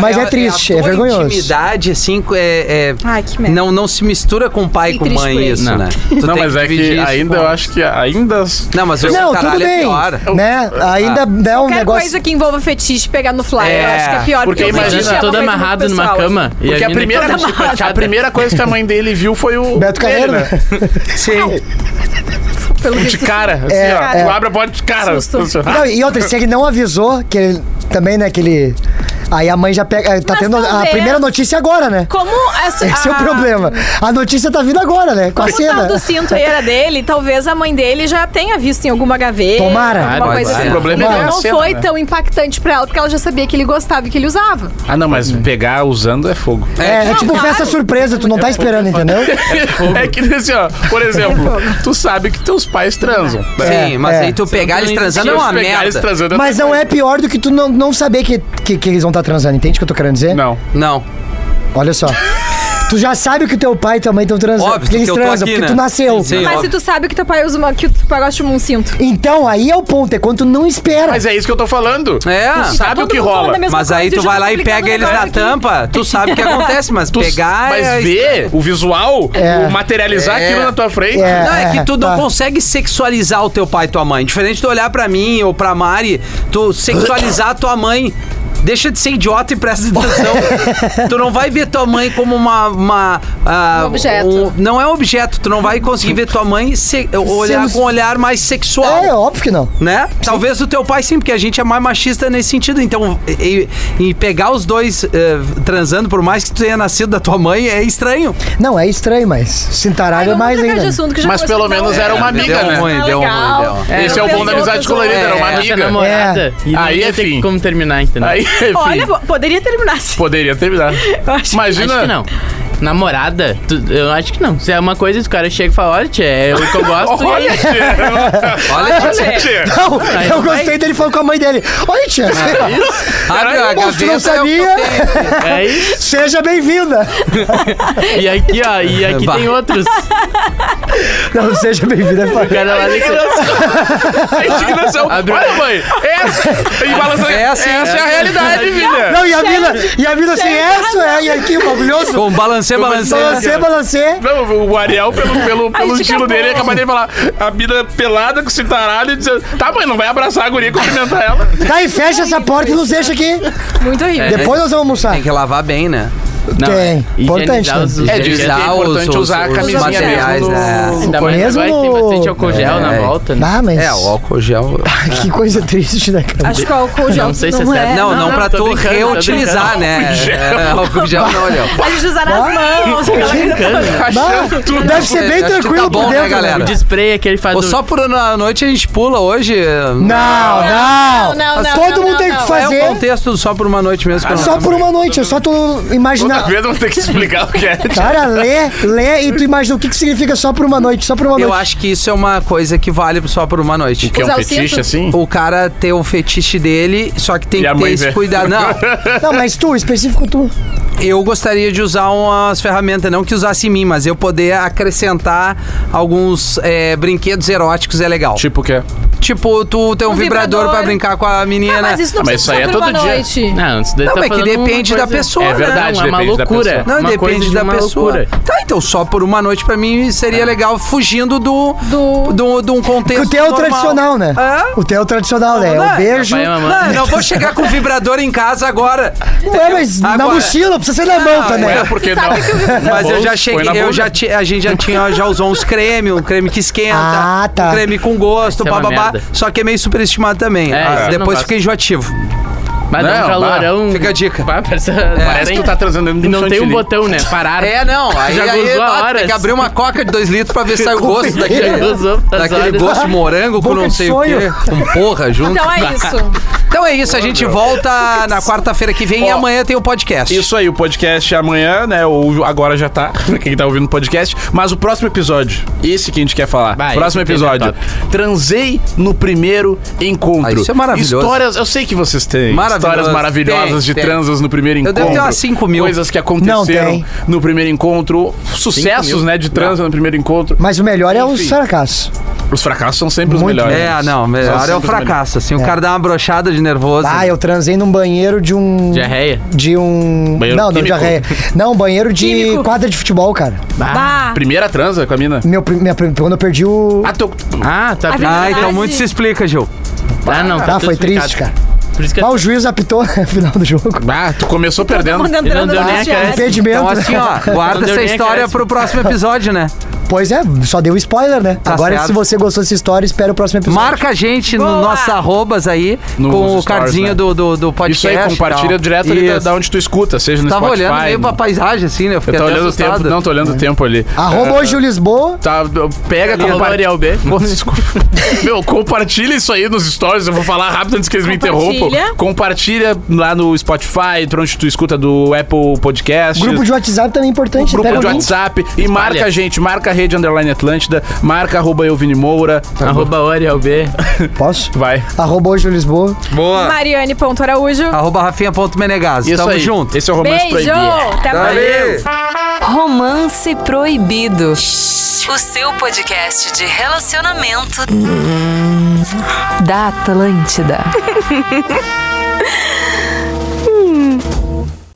Speaker 4: mas é, triste,
Speaker 1: a
Speaker 4: é,
Speaker 1: tua
Speaker 4: vergonhoso.
Speaker 1: intimidade, assim, é, é-
Speaker 5: Ai, que merda.
Speaker 1: Não, não se mistura com pai e com
Speaker 5: triste por
Speaker 1: mãe
Speaker 5: ele.
Speaker 1: isso,
Speaker 2: Não.
Speaker 1: né? Tu
Speaker 3: Não,
Speaker 1: tem
Speaker 3: mas é
Speaker 1: dividir
Speaker 3: que
Speaker 1: isso
Speaker 3: ainda
Speaker 1: com-
Speaker 3: eu acho que ainda.
Speaker 1: Não, mas o
Speaker 4: Não, tudo
Speaker 1: caralho é
Speaker 4: bem.
Speaker 1: pior.
Speaker 4: né? Ainda dá um
Speaker 5: Qualquer
Speaker 4: negócio.
Speaker 5: coisa que envolva fetiche pegar no flyer,
Speaker 1: É,
Speaker 5: eu acho que é pior.
Speaker 3: porque
Speaker 5: o
Speaker 3: imagina
Speaker 5: fetiche é uma
Speaker 2: todo
Speaker 5: coisa muito
Speaker 2: amarrado numa
Speaker 5: pessoal.
Speaker 2: cama. e
Speaker 3: assim. Porque a tá
Speaker 2: mina
Speaker 3: primeira,
Speaker 2: toda
Speaker 3: a
Speaker 2: amarrada.
Speaker 3: primeira coisa que a mãe dele viu foi o.
Speaker 4: Beto
Speaker 3: ele,
Speaker 4: Carreiro, né?
Speaker 1: Sim.
Speaker 5: Pelo
Speaker 3: De
Speaker 5: visto,
Speaker 3: cara, assim,
Speaker 4: É,
Speaker 3: ó.
Speaker 4: é.
Speaker 3: Tu abre a porta de cara.
Speaker 5: Susto.
Speaker 3: Assim, ó.
Speaker 4: Não, e outra, se ele não avisou, que ele também, né, que ele. Aí a mãe já pega. Tá
Speaker 5: Mas
Speaker 4: tendo a- a,
Speaker 5: talvez-
Speaker 4: primeira notícia agora, né?
Speaker 5: Como essa,
Speaker 4: Esse é o
Speaker 5: a-
Speaker 4: problema. A notícia tá vindo agora, né? Com a
Speaker 5: Como o tal
Speaker 4: cena.
Speaker 5: do cinto aí era dele, talvez a mãe dele já tenha visto em alguma gaveta.
Speaker 4: Tomara.
Speaker 5: alguma
Speaker 2: Pode
Speaker 5: coisa
Speaker 2: ser.
Speaker 5: assim.
Speaker 3: O problema
Speaker 5: Então
Speaker 3: é a
Speaker 5: não
Speaker 3: cena,
Speaker 5: foi
Speaker 3: né?
Speaker 5: tão impactante pra ela, porque ela já sabia que ele gostava e que ele usava.
Speaker 3: Ah, não, mas pegar usando é fogo.
Speaker 4: É, é
Speaker 5: Não,
Speaker 4: tipo
Speaker 5: claro.
Speaker 4: festa surpresa, tu não tá esperando, entendeu?
Speaker 3: É que assim, ó, por exemplo, tu sabe que teus pais transam. né?
Speaker 1: Sim, mas
Speaker 4: é.
Speaker 1: aí tu pegar eles transando é uma
Speaker 3: Pegar eles
Speaker 1: merda.
Speaker 3: transando é
Speaker 4: Mas
Speaker 3: outra
Speaker 4: não é pior do que tu não, não saber que, que, que eles vão estar transando, entende o que eu tô querendo dizer?
Speaker 3: coisa. Não.
Speaker 1: Não.
Speaker 4: Olha só. tu já sabe que teu pai e tua mãe estão transando.
Speaker 1: Óbvio,
Speaker 4: que eles
Speaker 1: que eu tô
Speaker 4: transam,
Speaker 1: aqui,
Speaker 4: porque
Speaker 1: né?
Speaker 4: tu nasceu.
Speaker 1: Sim,
Speaker 5: Mas
Speaker 1: óbvio.
Speaker 5: se tu sabe que teu pai usa uma, que tu pai gosta de um cinto.
Speaker 4: Então, aí é o ponto, é quando tu não espera.
Speaker 3: Mas é isso que eu tô falando.
Speaker 1: É.
Speaker 3: Tu sabe
Speaker 5: Tá Todo
Speaker 3: o que
Speaker 5: mundo falando
Speaker 3: rola.
Speaker 5: a mesma
Speaker 1: Mas aí
Speaker 5: coisa, eu
Speaker 1: tu
Speaker 5: já
Speaker 1: vai
Speaker 5: tô
Speaker 1: lá e
Speaker 5: explicando
Speaker 1: pega eles
Speaker 5: agora
Speaker 1: na
Speaker 5: aqui.
Speaker 1: tampa, tu sabe o que acontece, mas
Speaker 3: Tu-
Speaker 1: pegar é-
Speaker 3: Mas ver o visual,
Speaker 4: É.
Speaker 3: o materializar
Speaker 1: É.
Speaker 3: aquilo na tua frente.
Speaker 4: É.
Speaker 1: Não, é que tu não
Speaker 4: tá.
Speaker 1: consegue sexualizar o teu pai e tua mãe. Diferente de olhar pra mim ou pra Mari, tu sexualizar a tua mãe. Deixa de ser idiota e presta atenção. tu não vai ver tua mãe como uma. uma, ah,
Speaker 5: Um objeto.
Speaker 1: não é um objeto. Tu não vai conseguir ver tua mãe se- olhar
Speaker 4: Sim.
Speaker 1: com um olhar mais sexual.
Speaker 4: É, óbvio que não.
Speaker 1: Né? Talvez o teu pai sim, porque a gente é mais machista nesse sentido. Então, e, e pegar os dois eh, transando, por mais que tu tenha nascido da tua mãe, é estranho.
Speaker 4: Não, é estranho, mas cintaralho é
Speaker 5: Ai,
Speaker 4: mais
Speaker 5: vamos trocar de
Speaker 4: ainda.
Speaker 5: assunto, que já
Speaker 3: Mas
Speaker 5: começou
Speaker 3: pelo
Speaker 5: a dar
Speaker 3: menos
Speaker 5: um-
Speaker 3: era uma amiga,
Speaker 1: deu
Speaker 3: né?
Speaker 1: ruim,
Speaker 5: Ah,
Speaker 1: deu
Speaker 5: legal.
Speaker 1: ruim, deu ruim.
Speaker 2: É,
Speaker 3: Esse é
Speaker 2: não
Speaker 3: o bom
Speaker 2: fez
Speaker 3: da amizade
Speaker 5: outras
Speaker 3: colorida, era
Speaker 5: né?
Speaker 3: uma
Speaker 1: É,
Speaker 2: Essa
Speaker 3: amiga.
Speaker 2: namorada. E
Speaker 3: Aí
Speaker 2: não
Speaker 3: é
Speaker 2: ia ter
Speaker 3: fim.
Speaker 2: como terminar, entendeu?
Speaker 3: Aí, enfim,
Speaker 5: Olha, bo- poderia terminar assim.
Speaker 3: poderia terminar.
Speaker 5: Eu acho que-
Speaker 3: Imagina.
Speaker 2: Acho que não. Namorada? tu- eu acho que não. Se é uma coisa, o cara chega e fala, olha, tia, é o que eu gosto. e
Speaker 3: Olha,
Speaker 2: aí,
Speaker 3: tia.
Speaker 1: Olha, ah,
Speaker 5: Olha,
Speaker 3: Tia.
Speaker 4: Não, eu gostei dele falando com a mãe dele. Olha, tia,
Speaker 1: abre a
Speaker 4: moço, tu não
Speaker 1: gaveta.
Speaker 4: sabia?
Speaker 1: é o que eu tenho.
Speaker 2: é isso.
Speaker 4: seja bem-vinda.
Speaker 2: E aqui, ó, e aqui
Speaker 1: Bah.
Speaker 2: tem outros. O
Speaker 4: Não, seja bem-vinda. é foda.
Speaker 2: cara lá dentro.
Speaker 3: A indignação.
Speaker 2: Abriu.
Speaker 3: Olha, mãe. Essa, e balança,
Speaker 1: É assim,
Speaker 3: essa é a
Speaker 1: é.
Speaker 3: realidade, filha.
Speaker 4: Não, e a mina, e a mina assim, essa é, e aqui, bagulhoso.
Speaker 1: Com balancê, balancê.
Speaker 4: Balancê, balancê.
Speaker 3: Não, o Ariel, pelo, pelo, pelo
Speaker 5: gente
Speaker 3: estilo dele,
Speaker 5: acabou.
Speaker 3: acabou de falar a mina pelada com o cintaralho e dizer: Tá, mãe, não vai abraçar a guria e cumprimentar ela.
Speaker 4: Tá, e fecha essa porta e nos deixa aqui.
Speaker 5: Muito horrível.
Speaker 4: Depois nós vamos almoçar.
Speaker 1: Tem que lavar bem, né?
Speaker 2: Não,
Speaker 4: Tem.
Speaker 2: higienizar
Speaker 4: Importante, né?
Speaker 2: os- os
Speaker 3: É,
Speaker 2: gel.
Speaker 3: diz que é importante usar a camisinha
Speaker 1: materiais,
Speaker 3: mesmo no-
Speaker 1: né?
Speaker 2: Ainda mais
Speaker 4: Mesmo
Speaker 2: agora que tem
Speaker 4: no-
Speaker 2: bastante álcool gel
Speaker 1: É.
Speaker 2: na volta, né?
Speaker 4: Ah, mas...
Speaker 1: É, o álcool gel.
Speaker 4: Que coisa triste, né, cara?
Speaker 5: Acho que o álcool gel
Speaker 2: Não sei se é certo.
Speaker 1: Não, não,
Speaker 2: não,
Speaker 1: pra
Speaker 2: tô
Speaker 1: tu
Speaker 2: brincando, tô
Speaker 1: reutilizar,
Speaker 2: brincando.
Speaker 1: né? É, Álcool gel não, olha.
Speaker 5: A gente usa nas mãos. aquela coisa
Speaker 3: tá
Speaker 5: toda.
Speaker 4: Bah,
Speaker 3: tudo.
Speaker 4: deve ser bem
Speaker 1: Acho que tá
Speaker 4: tranquilo
Speaker 1: bom,
Speaker 4: por
Speaker 1: né,
Speaker 4: dentro,
Speaker 1: galera?
Speaker 2: O de spray é que ele faz
Speaker 1: Ou
Speaker 2: do-
Speaker 1: só por uma noite a gente pula hoje.
Speaker 4: Não, não.
Speaker 5: Não, não, não,
Speaker 4: Todo
Speaker 5: não,
Speaker 4: mundo
Speaker 5: não,
Speaker 4: tem que
Speaker 5: não.
Speaker 1: É o
Speaker 4: fazer
Speaker 1: contexto do só por uma noite mesmo. que eu não
Speaker 4: só
Speaker 1: lembro.
Speaker 4: por uma noite. Eu só tô
Speaker 3: Toda
Speaker 4: imaginando...
Speaker 3: vez eu vou ter que explicar o que é.
Speaker 4: Cara, lê, lê e tu imagina o que, que significa só por uma noite, só por uma
Speaker 1: Eu
Speaker 4: noite.
Speaker 1: acho que isso é uma coisa que vale só por uma noite.
Speaker 3: Que é um
Speaker 5: Usar o
Speaker 3: fetiche
Speaker 5: cinto?
Speaker 3: assim?
Speaker 1: O cara ter o fetiche dele, só que tem
Speaker 3: E a
Speaker 1: que ter
Speaker 3: mãe
Speaker 1: esse
Speaker 3: vê.
Speaker 1: cuidado. Não,
Speaker 4: Não, mas tu, específico tu.
Speaker 1: eu gostaria de usar umas ferramentas, não que usasse em mim, mas eu poder acrescentar alguns é, brinquedos eróticos é legal. Tipo,
Speaker 3: Tipo o quê?
Speaker 1: tu ter um,
Speaker 5: Um
Speaker 1: vibrador,
Speaker 5: vibrador.
Speaker 1: pra brincar com a menina.
Speaker 5: Mas isso não
Speaker 3: Ah, mas isso
Speaker 5: precisa
Speaker 3: aí
Speaker 5: ser
Speaker 3: é
Speaker 5: por uma
Speaker 3: todo dia.
Speaker 5: noite.
Speaker 2: Não, isso daí
Speaker 1: Não,
Speaker 2: tá
Speaker 1: é que
Speaker 2: falando uma
Speaker 1: depende da
Speaker 2: coisa-
Speaker 1: pessoa,
Speaker 3: É
Speaker 1: né?
Speaker 3: verdade,
Speaker 2: Não, é uma uma
Speaker 3: Depende da
Speaker 2: loucura.
Speaker 3: pessoa.
Speaker 1: Não,
Speaker 2: uma coisa
Speaker 1: depende
Speaker 2: de
Speaker 1: da
Speaker 2: uma
Speaker 1: pessoa.
Speaker 2: loucura.
Speaker 1: Tá, então só por uma noite pra mim seria legal fugindo do do
Speaker 5: Do-
Speaker 1: do, um contexto
Speaker 4: Porque o teu é o
Speaker 1: normal.
Speaker 4: tradicional, né?
Speaker 1: Hã?
Speaker 4: O teu é o tradicional, né? É
Speaker 1: Não,
Speaker 4: o beijo.
Speaker 2: Papai e mamãe.
Speaker 1: Não, eu não vou chegar com vibrador em casa agora.
Speaker 4: Ué, mas na
Speaker 1: Agora-
Speaker 4: mochila, precisa ser na mão
Speaker 1: Não, é.
Speaker 4: também.
Speaker 3: Ué, por que não?
Speaker 5: Sabe que o-
Speaker 2: É
Speaker 1: Mas eu já
Speaker 3: Põe
Speaker 1: cheguei,
Speaker 3: na
Speaker 1: eu
Speaker 3: bunda.
Speaker 1: já ti- a gente já tinha, já usou uns creme, um creme que esquenta,
Speaker 4: Ah, tá.
Speaker 1: um creme com gosto,
Speaker 2: Isso é uma
Speaker 1: bababá.
Speaker 2: merda.
Speaker 1: só que é meio superestimado também.
Speaker 2: É,
Speaker 1: Ah,
Speaker 2: isso eu não
Speaker 1: depois
Speaker 2: gosto.
Speaker 1: fica enjoativo.
Speaker 2: Mas dá um
Speaker 3: Não,
Speaker 2: calorão.
Speaker 1: Fica a dica.
Speaker 2: Pá, parece,
Speaker 3: Parece que tu tá transando dentro
Speaker 2: E
Speaker 3: de
Speaker 2: não tem um
Speaker 3: chantilly.
Speaker 2: botão, né? Parar.
Speaker 1: É, não. Aí,
Speaker 2: Já
Speaker 1: aí,
Speaker 2: gozou há
Speaker 1: ah, tem
Speaker 2: horas.
Speaker 1: que abrir uma coca de dois litros pra ver se sai o gosto
Speaker 2: Já
Speaker 1: daquele,
Speaker 2: gozou tá das
Speaker 1: daquele
Speaker 2: horas.
Speaker 1: gosto de morango com
Speaker 4: Boca
Speaker 1: não
Speaker 4: de
Speaker 1: sei
Speaker 4: sonho.
Speaker 1: o quê. Com porra junto.
Speaker 5: Então é isso.
Speaker 1: Então é isso, a gente volta na quarta-feira que vem e
Speaker 3: Ó,
Speaker 1: amanhã tem o podcast.
Speaker 3: Isso aí, o podcast é amanhã, né? Ou agora já tá, pra quem tá ouvindo o podcast. Mas o próximo episódio, esse que a gente quer falar.
Speaker 2: Vai,
Speaker 3: próximo
Speaker 2: esse tema é
Speaker 3: episódio. Transei no primeiro encontro.
Speaker 1: Ah, isso é maravilhoso.
Speaker 3: Histórias, eu sei que vocês têm.
Speaker 1: Maravilhoso.
Speaker 3: Histórias maravilhosas
Speaker 1: Tem,
Speaker 3: de
Speaker 1: tem.
Speaker 3: transas no primeiro
Speaker 1: Eu
Speaker 3: encontro.
Speaker 1: devo ter umas 5 mil.
Speaker 3: Coisas que
Speaker 4: Não
Speaker 3: aconteceram
Speaker 4: tem.
Speaker 3: no primeiro encontro. Sucessos,
Speaker 2: mil?
Speaker 3: né? De transa no primeiro encontro.
Speaker 4: Mas o melhor é o
Speaker 3: Enfim.
Speaker 4: fracasso.
Speaker 3: Os fracassos são sempre os
Speaker 4: Muito.
Speaker 3: melhores.
Speaker 1: É, não, melhor é o fracasso. Assim, o cara dá uma brochada de nervoso.
Speaker 4: Ah, eu transei num banheiro de um.
Speaker 2: Diarreia.
Speaker 4: De um.
Speaker 3: Banheiro
Speaker 4: não, não,
Speaker 3: químico.
Speaker 4: diarreia. Não, banheiro de
Speaker 5: Químico.
Speaker 4: quadra de futebol, cara.
Speaker 2: Ah.
Speaker 5: Bah.
Speaker 3: Primeira transa com a mina.
Speaker 4: Meu, prim- minha, prim- quando eu perdi o.
Speaker 3: Ah, tô...
Speaker 2: Ah, tá.
Speaker 5: Ai,
Speaker 1: Ah, então
Speaker 5: Quase.
Speaker 1: muito se explica, Gil.
Speaker 2: Ah, não.
Speaker 4: Tá,
Speaker 2: tudo
Speaker 4: foi
Speaker 2: explicado.
Speaker 4: triste, cara.
Speaker 1: Tá,
Speaker 2: Por isso que
Speaker 4: Ah, o juiz apitou no final do jogo.
Speaker 3: Ah, tu começou perdendo.
Speaker 5: Mandando
Speaker 2: Ele não
Speaker 5: entrando
Speaker 2: deu
Speaker 5: no
Speaker 2: nem a
Speaker 5: vestiário.
Speaker 2: cara.
Speaker 4: Impedimento.
Speaker 1: Então, assim, ó,
Speaker 2: Não
Speaker 1: guarda
Speaker 2: deu
Speaker 1: essa
Speaker 2: nem a
Speaker 1: história
Speaker 2: crédito.
Speaker 1: pro próximo episódio, né?
Speaker 4: Pois é, só deu spoiler, né?
Speaker 1: Tá
Speaker 4: Agora,
Speaker 1: certo.
Speaker 4: se você gostou dessa história, espera o próximo episódio.
Speaker 1: Marca a gente nos
Speaker 5: Boa!
Speaker 1: nossos arrobas aí,
Speaker 3: Nos
Speaker 1: com o
Speaker 3: stories,
Speaker 1: cardzinho
Speaker 3: né?
Speaker 1: do, do, do podcast.
Speaker 3: Isso aí,
Speaker 1: e tal.
Speaker 3: compartilha direto ali da,
Speaker 1: Isso.
Speaker 3: da onde tu escuta, seja no
Speaker 1: Tava
Speaker 3: Spotify.
Speaker 1: olhando meio pra paisagem, assim, né? Eu
Speaker 3: Eu
Speaker 1: fiquei
Speaker 3: tô
Speaker 1: até
Speaker 3: olhando o
Speaker 1: assustado. É. Ah.
Speaker 3: tempo, não, tô olhando o tempo ali.
Speaker 4: Arroba hoje o Lisboa.
Speaker 3: Tá, pega,
Speaker 2: Alô,
Speaker 3: compartilha.
Speaker 2: Ariel B.
Speaker 3: Pô, desculpa. Meu, compartilha isso aí nos stories, eu vou falar rápido antes que eles me
Speaker 5: Compartilha.
Speaker 3: interrompam. Compartilha lá no Spotify, onde tu escuta do Apple Podcast.
Speaker 4: Grupo de WhatsApp também é importante.
Speaker 3: grupo
Speaker 4: pega
Speaker 3: de
Speaker 4: o link.
Speaker 3: WhatsApp e marca a gente, marca a rede Underline Atlântida, marca arroba eu Vini Moura.
Speaker 2: Arroba Oriel B.
Speaker 4: Posso?
Speaker 3: Vai.
Speaker 4: Arroba hoje o Lisboa.
Speaker 1: Boa!
Speaker 5: Mariane.araújo.
Speaker 1: Arroba rafinha.menegas.
Speaker 3: Isso
Speaker 1: Tamo
Speaker 3: aí.
Speaker 1: junto.
Speaker 3: Esse é o Romance
Speaker 5: Beijo.
Speaker 3: Proibido.
Speaker 5: Até mais.
Speaker 7: Romance Proibido. O seu podcast de relacionamento da Atlântida.